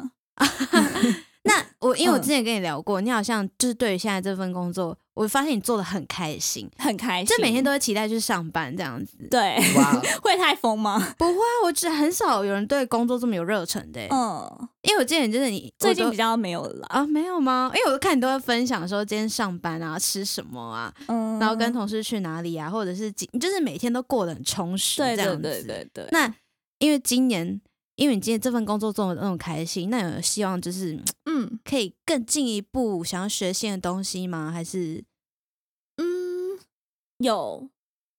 Speaker 2: 那我因为我
Speaker 1: 嗯
Speaker 2: 之前跟你聊过，你好像就是对于现在这份工作，我发现你做的很开心，
Speaker 1: 很开心，
Speaker 2: 就每天都会期待去上班这样子。
Speaker 1: 对，
Speaker 3: <laughs>
Speaker 2: <laughs>
Speaker 3: 哇，
Speaker 1: 会太疯吗？
Speaker 2: 不会啊，我觉得很少有人对工作这么有热忱的欸、
Speaker 1: 嗯，
Speaker 2: 因为我之前就是你
Speaker 1: 最近
Speaker 2: 我
Speaker 1: 比
Speaker 2: 都
Speaker 1: 较没有了啦，
Speaker 2: 啊没有吗？因为我都看你都会分享说今天上班啊吃什么啊，
Speaker 1: 嗯，
Speaker 2: 然后跟同事去哪里啊，或者是几就是每天都过得很充实
Speaker 1: 对
Speaker 2: 这样
Speaker 1: 对
Speaker 2: 子。
Speaker 1: 对对对，
Speaker 2: 那因为今年，因为你今天这份工作做的那种开心，那有希望就是嗯
Speaker 1: 嗯
Speaker 2: 可以更进一步想要学新的东西吗？还是
Speaker 1: 嗯，有，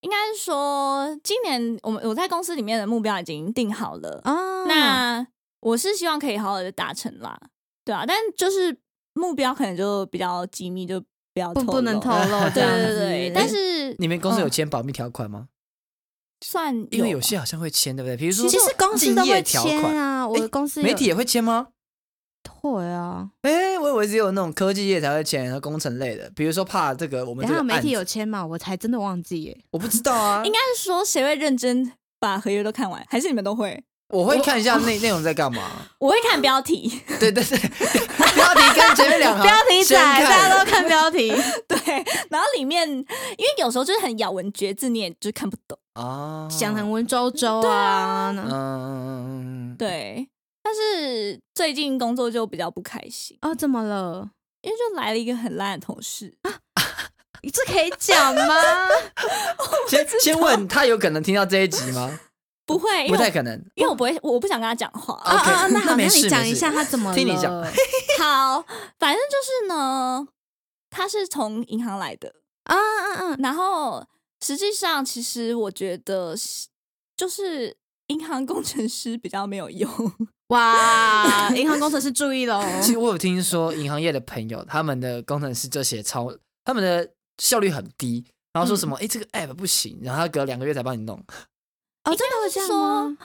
Speaker 1: 应该是说今年我们我在公司里面的目标已经定好了，
Speaker 2: 哦，
Speaker 1: 那我是希望可以好好的达成啦，对啊，但就是目标可能就比较机密，就不要
Speaker 2: 不不能
Speaker 1: 露
Speaker 2: 透
Speaker 1: <laughs>
Speaker 2: 露这
Speaker 1: 对
Speaker 2: 样
Speaker 1: 对
Speaker 2: 子，
Speaker 1: 对，但是
Speaker 3: 你们公司有
Speaker 1: 嗯
Speaker 3: 签保密条款吗？
Speaker 1: 算
Speaker 3: 因为有
Speaker 1: 吧
Speaker 3: 些好像会签，对不对？比如说
Speaker 2: 其实公司都
Speaker 3: 竞业
Speaker 2: 会
Speaker 3: 条
Speaker 2: 签
Speaker 3: 款
Speaker 2: 啊，我的
Speaker 3: 诶
Speaker 2: 公司
Speaker 3: 媒
Speaker 2: 有
Speaker 3: 体也会签吗？
Speaker 2: 会啊，
Speaker 3: 哎、我以为只有那种科技业才会签，然后工程类的，比如说怕这个我们
Speaker 2: 然
Speaker 3: 这个
Speaker 2: 后媒
Speaker 3: 案
Speaker 2: 体
Speaker 3: 子
Speaker 2: 有签嘛，我才真的忘记耶。
Speaker 3: 我不知道啊，
Speaker 1: <laughs> 应该是说谁会认真把合约都看完，还是你们都会？
Speaker 3: 我会看一下内内容在干嘛。
Speaker 1: 我会看标题，
Speaker 3: 对对 <laughs> 对，标题跟前面两
Speaker 2: <laughs>
Speaker 3: 行
Speaker 2: 标题仔，
Speaker 3: 先看
Speaker 2: 大家都看标题，
Speaker 1: <laughs> 对，然后里面因为有时候就是很咬文嚼字，你也就看不懂，
Speaker 3: 啊，
Speaker 2: 讲很文绉绉啊，
Speaker 3: 嗯
Speaker 2: 那
Speaker 3: 嗯嗯嗯，
Speaker 1: 对。但是最近工作就比较不开心，
Speaker 2: 哦，怎么了？
Speaker 1: 因为就来了一个很烂的同事，
Speaker 2: 你这可以讲吗？
Speaker 3: 先先问他有可能听到这一集吗？
Speaker 1: 不会，因
Speaker 3: 不
Speaker 1: 为
Speaker 3: 太
Speaker 1: 我
Speaker 3: 可能。
Speaker 1: 因为我不会，我不想跟他讲话。
Speaker 2: <laughs> 啊啊，啊
Speaker 3: OK，
Speaker 2: 那好，
Speaker 3: 那
Speaker 2: 那
Speaker 3: 没
Speaker 2: 你
Speaker 3: 事
Speaker 2: 讲
Speaker 3: 没
Speaker 2: 一
Speaker 3: 事
Speaker 2: 下他怎么了？啊
Speaker 3: 听
Speaker 2: <laughs>
Speaker 3: 你讲
Speaker 1: <laughs> 好，反正就是呢，他是从银行来的，
Speaker 2: 啊啊啊！
Speaker 1: 然后实际上其实我觉得是就是银行工程师比较没有用， <laughs>
Speaker 2: 哇，银行工程师注意 <laughs> 喽！
Speaker 3: 其实我有听说银行业的朋友，他们的工程师就写超，他们的效率很低，然后说什么哎、诶这个 app 不行，然后他隔两个月才帮你弄。
Speaker 2: 哦，真的会这样吗？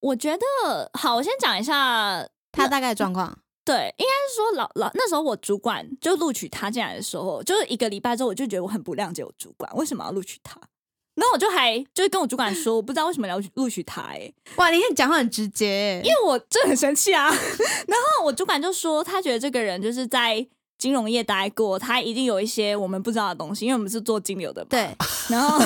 Speaker 1: 我觉得好，我先讲一下
Speaker 2: 他大概的状况
Speaker 1: 对，应该是说老老那时候我主管就录取他进来的时候，就是一个礼拜之后，我就觉得我很不谅解我主管为什么要录取他，然后我就还就是跟我主管说，我不知道为什么要录取他、欸，
Speaker 2: 哇，你看讲话很直接
Speaker 1: 因，为我真的很生气啊。 <laughs> 然后我主管就说，他觉得这个人就是在金融业待过，他一定有一些我们不知道的东西，因为我们是做金流的嘛。，
Speaker 2: 对，
Speaker 1: 然后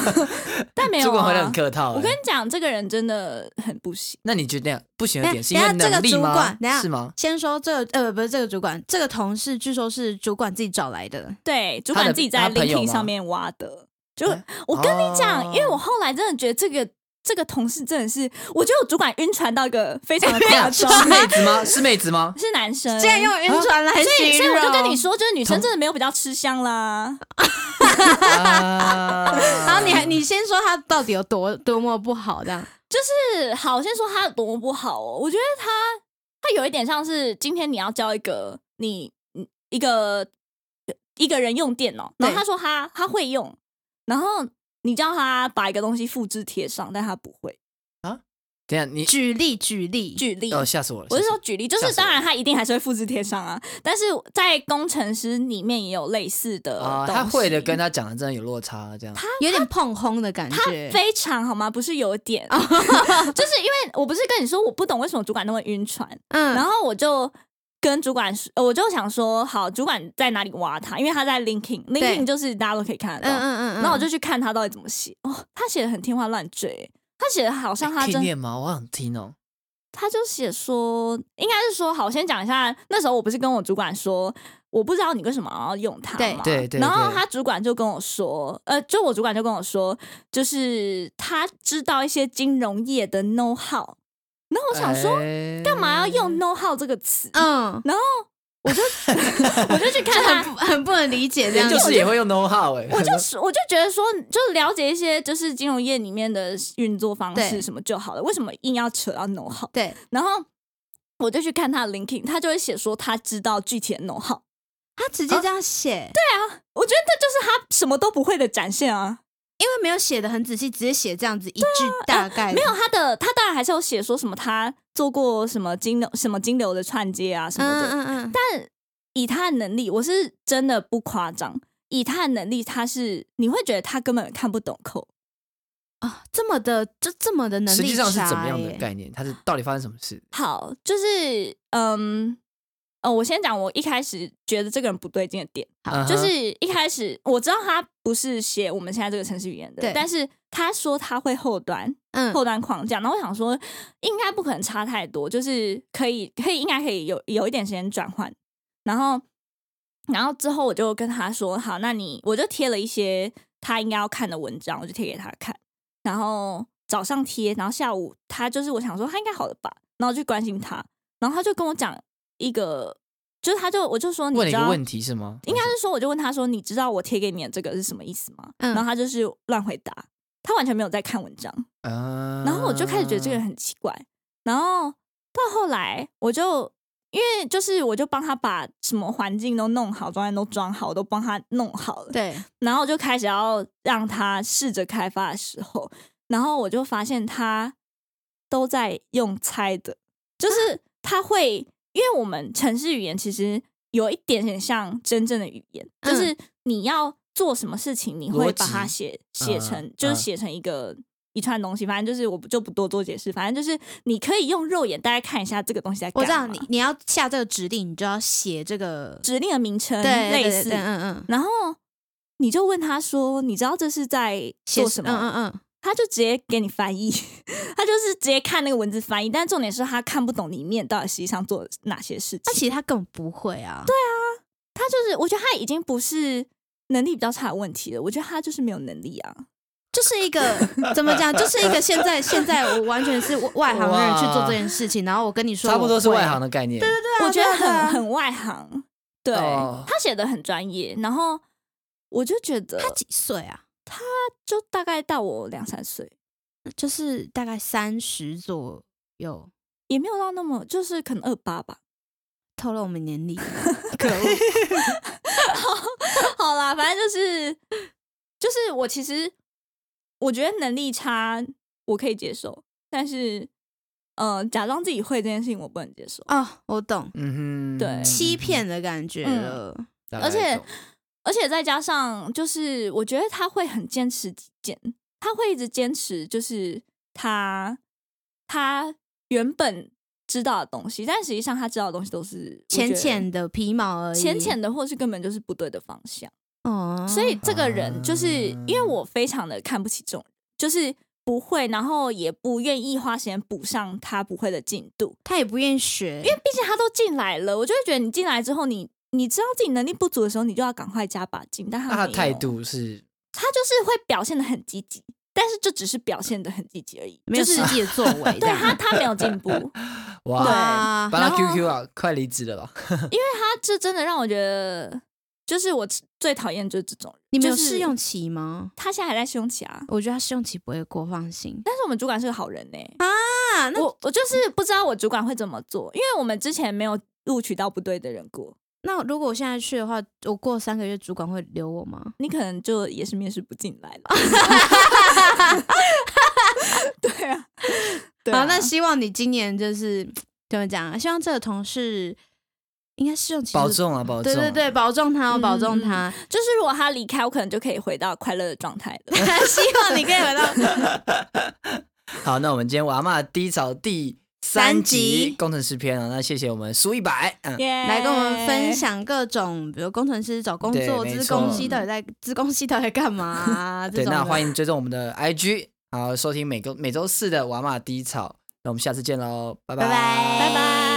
Speaker 1: 但没有、啊，
Speaker 3: 主管回来很客套、欸
Speaker 1: 我
Speaker 3: 诶
Speaker 1: 跟你讲，这个人真的很不行。
Speaker 3: 那你觉得那样不
Speaker 1: 哎
Speaker 3: 行的点是因
Speaker 2: 哎等
Speaker 3: 为
Speaker 2: 一下
Speaker 3: 能
Speaker 2: 这
Speaker 3: 力
Speaker 2: 个主
Speaker 3: 吗
Speaker 2: 管等一？下
Speaker 3: 是吗？
Speaker 2: 先说这个呃，不是这个主管，这个同事据说是主管自己找来的，
Speaker 1: 对，主
Speaker 3: 他
Speaker 1: 管
Speaker 3: 的
Speaker 1: 自己
Speaker 3: 他
Speaker 1: 在
Speaker 3: 朋友
Speaker 1: LinkedIn
Speaker 3: 吗
Speaker 1: 上面挖的。就
Speaker 3: 哎
Speaker 1: 我跟你讲，
Speaker 3: 哦
Speaker 1: 因为我后来真的觉得这个这个同事真的是，我觉得我主管晕船到一个非常的夸张，
Speaker 3: 是妹子吗？是妹
Speaker 1: <laughs>
Speaker 3: 子吗？
Speaker 1: 是男生。
Speaker 2: 竟然用晕船来
Speaker 1: 呃哦所以，
Speaker 2: 形
Speaker 1: 所以
Speaker 2: 容，
Speaker 1: 我就跟你，
Speaker 2: <laughs>
Speaker 1: 说，就是女生真的没有比较吃香啦。
Speaker 3: 啊
Speaker 2: 然后你还你先说他到底有多多么不好这样，
Speaker 1: 是好，我先说他有多么不好哦。我觉得他他有一点像是今天你要教一个你你一个一个人用电脑，然后
Speaker 2: 对
Speaker 1: 他说他他会用，然后你叫他把一个东西复制贴上，但他不会。
Speaker 3: 等一下你
Speaker 2: 举例举例，
Speaker 1: 举例，
Speaker 3: 哦吓死我了！
Speaker 1: 我是
Speaker 3: 吓死
Speaker 1: 说举例，就是
Speaker 3: 吓死我
Speaker 1: 当然他一定还是会复制贴上啊，但是在工程师里面也有类似的
Speaker 3: 我啊，
Speaker 1: 东
Speaker 3: 他会的
Speaker 1: 西
Speaker 3: 跟他讲的真的有落差，这样
Speaker 2: 有点碰轰的感
Speaker 1: 他
Speaker 2: 觉，
Speaker 1: 非常好吗？不是有
Speaker 3: <laughs>
Speaker 1: 点，就是因为我不是跟你说我不懂为什么主管那么晕船，
Speaker 2: 嗯
Speaker 1: 然后我就跟主管说，呃我就想说，好，主管在哪里挖他？因为他在 LinkedIn，LinkedIn 就是大家都可以看得
Speaker 2: 嗯
Speaker 1: 到。
Speaker 2: 嗯嗯嗯，
Speaker 1: 然后我就去看他到底怎么写，哦，他写的很天花乱坠、欸他写的好像他
Speaker 3: 哎可以
Speaker 1: 真
Speaker 3: 念吗？我好想听哦。
Speaker 1: 他就写说，应该是说好，我先讲一下，那时候我不是跟我主管说，我不知道你为什么要用它
Speaker 2: 对
Speaker 1: 嘛，
Speaker 3: 对对
Speaker 1: 然后
Speaker 3: 对
Speaker 1: 他主管就跟我说，呃，就我主管就跟我说，就是他知道一些金融业的 know how，然后我想说，
Speaker 3: 哎
Speaker 1: 干嘛要用 know how 这个词？
Speaker 2: 嗯，
Speaker 1: 然后我就 <laughs> 我就去看
Speaker 2: 就
Speaker 1: 他
Speaker 2: 很，不很不能理解这样
Speaker 3: 就
Speaker 2: 子。
Speaker 3: 是也会用 know how 哎、 <laughs>
Speaker 1: 我就是我就觉得说，就了解一些就是金融业里面的运作方
Speaker 2: 对
Speaker 1: 式什么就好了，为什么硬要扯到 know how？
Speaker 2: 对，
Speaker 1: 然后我就去看他的 linking，他就会写说他知道具体的 know how。
Speaker 2: 他直接这样写，
Speaker 1: 啊
Speaker 2: 对，
Speaker 1: 我觉得这就是他什么都不会的展现啊！
Speaker 2: 因为没有写的很仔细，直接写这样子一句大概，
Speaker 1: 没有他的，他当然还是有写说什么他做过什么金流、什么金流的串接啊什么的。
Speaker 2: 嗯嗯嗯，
Speaker 1: 但以他的能力，我是真的不夸张，以他的能力，他是你会觉得他根本看不懂扣。
Speaker 2: 啊，这么的，就这么的能力
Speaker 3: 实际上是怎么
Speaker 2: 差
Speaker 3: 样的
Speaker 1: 欸
Speaker 2: 耶
Speaker 3: 概念？它是到底发生什么事？
Speaker 1: 好，就是嗯。呃，我先讲我一开始觉得这个人不对劲的点，
Speaker 3: 好
Speaker 1: 就是一开始我知道他不是写我们现在这个程序语言的
Speaker 2: 对，
Speaker 1: 但是他说他会后端
Speaker 2: 嗯，
Speaker 1: 后端框架，然后我想说应该不可能差太多，就是可以可以应该可以有有一点时间转换，然后然后之后我就跟他说好，那你我就贴了一些他应该要看的文章，我就贴给他看，然后早上贴，然后下午他就是我想说他应该好了吧，然后就关心他，然后他就跟我讲一个，就是他就我就说你
Speaker 3: 问了
Speaker 1: 知
Speaker 3: 一
Speaker 1: 道
Speaker 3: 个问题是嗯吗？
Speaker 1: 应该是说，我就问他说：“你知道我贴给你的这个是什么意思吗？”
Speaker 2: 嗯
Speaker 1: 然后他就是乱回答，他完全没有在看文章。
Speaker 3: 啊，
Speaker 1: 然后我就开始觉得这个人很奇怪。然后到后来，我就因为就是我就帮他把什么环境都弄好，装备都装好，我都帮他弄好了。
Speaker 2: 对，
Speaker 1: 然后我就开始要让他试着开发的时候，然后我就发现他都在用猜的，
Speaker 2: 啊
Speaker 1: 就是他会，因为我们城市语言其实有一点点像真正的语言，
Speaker 2: 嗯
Speaker 1: 就是你要做什么事情，你会
Speaker 3: 逻辑
Speaker 1: 把它写写成
Speaker 3: 嗯，
Speaker 1: 就是
Speaker 3: 嗯
Speaker 1: 写成一个。一串东西，反正就是我不就不多做解释，反正就是你可以用肉眼大概看一下这个东西在干
Speaker 2: 我知道
Speaker 1: 嘛
Speaker 2: 你你要下这个指令，你就要写这个
Speaker 1: 指令的名称
Speaker 2: 对
Speaker 1: 类
Speaker 2: 对
Speaker 1: 似，
Speaker 2: 对对嗯嗯，
Speaker 1: 然后你就问他说：“你知道这是在
Speaker 2: 写
Speaker 1: 做什么？”
Speaker 2: 嗯嗯嗯，
Speaker 1: 他就直接给你翻译，他就是直接看那个文字翻译。但重点是他看不懂里面到底实际上做了哪些事情。
Speaker 2: 他其实他根本不会啊，对，
Speaker 1: 他就是，我觉得他已经不是能力比较差的问题了，我觉得他就是没有能力啊。
Speaker 2: 就是一个怎么讲，就是一个现在现在我完全是外行人去做这件事情，然后我跟你说，
Speaker 3: 差不多是外行，的概念。对对
Speaker 2: 对啊
Speaker 1: 我觉得
Speaker 2: 对啊
Speaker 1: 很很外行，对、
Speaker 3: 哦
Speaker 1: 他写的很专业，然后我就觉得
Speaker 2: 他几岁啊？
Speaker 1: 就大概到我两三岁，
Speaker 2: 就是大概三十左右，
Speaker 1: 也没有到那么，就是可能二八吧。
Speaker 2: 透露我们年龄，
Speaker 1: 可恶！好啦，反正就是就是我其实我觉得能力差我可以接受，但是呃，假装自己会这件事情我不能接受。
Speaker 2: 哦，我懂，
Speaker 3: 嗯哼，
Speaker 1: 对
Speaker 2: 欺骗的感觉
Speaker 1: 嗯
Speaker 2: 了。
Speaker 3: 大概
Speaker 1: 而且
Speaker 3: 懂
Speaker 1: 而且再加上就是我觉得他会很坚持己见，他会一直坚持就是他他原本知道的东西，但实际上他知道的东西都是我觉
Speaker 2: 浅
Speaker 1: 得
Speaker 2: 浅的皮毛而已，
Speaker 1: 浅浅的，或是根本就是不对的方向。
Speaker 2: 哦，
Speaker 1: 所以这个人就是
Speaker 3: 啊
Speaker 1: 因为我非常的看不起这种人，就是不会，然后也不愿意花时间补上他不会的进度。
Speaker 2: 他也不愿意学，
Speaker 1: 毕竟他都进来了，我就会觉得你进来之后你。你知道自己能力不足的时候，你就要赶快加把劲。但他
Speaker 3: 那他
Speaker 1: 没
Speaker 3: 的态
Speaker 1: 有，
Speaker 3: 度是
Speaker 1: 他就是会表现的很积极，但是就只是表现的很积极而已，
Speaker 2: <laughs> 没有
Speaker 1: 就是
Speaker 2: 实际的作
Speaker 1: <laughs>
Speaker 2: 为，
Speaker 1: 对他他没有进步。
Speaker 3: 哇，
Speaker 1: 对
Speaker 2: 啊，
Speaker 3: 把
Speaker 1: 然
Speaker 3: 他
Speaker 1: 后
Speaker 3: QQ 啊，快离职了吧？
Speaker 1: 他这真的让我觉得，就是我最讨厌就是这种人。
Speaker 2: 你们有
Speaker 1: 就是
Speaker 2: 试用期吗？
Speaker 1: 他现在还在试用期啊，
Speaker 2: 我觉得他试用期不会过，放心
Speaker 1: 但是我们主管是个好人呢、
Speaker 2: 啊。那
Speaker 1: 我我就是不知道我主管会怎么做，因为我们之前没有录取到不对的人过，
Speaker 2: 那如果我现在去的话，我过三个月，主管会留我吗？
Speaker 1: 你可能就也是面试不进来了。 <laughs> 对啊，对啊
Speaker 2: 好，那希望你今年就是怎么讲啊？希望这个同事应该试用期是
Speaker 3: 保重啊，保重。
Speaker 2: 对对对，，保重他，哦，
Speaker 1: 嗯
Speaker 2: 保重他。
Speaker 1: 就是如果他离开，我可能就可以回到快乐的状态了。
Speaker 2: <laughs> 希望你可以回到
Speaker 3: 好，那我们今天我阿嬷低潮第
Speaker 2: 三
Speaker 3: 三
Speaker 2: 集
Speaker 3: 集工程师篇啊，那谢谢我们苏一百，嗯，
Speaker 1: <laughs> 耶
Speaker 2: 来跟我们
Speaker 1: 哎
Speaker 2: 分。享各种，比如工程师找工作，
Speaker 3: 对没
Speaker 2: 资
Speaker 3: 错
Speaker 2: 工系到底在资工系到底在干嘛啊？这
Speaker 3: 对，
Speaker 2: 种
Speaker 3: 那
Speaker 2: 的
Speaker 3: 欢迎追踪我们的 IG，好收听每个每周四的我阿嬷低潮，那我们下次见喽，拜
Speaker 2: 拜拜
Speaker 1: 拜拜。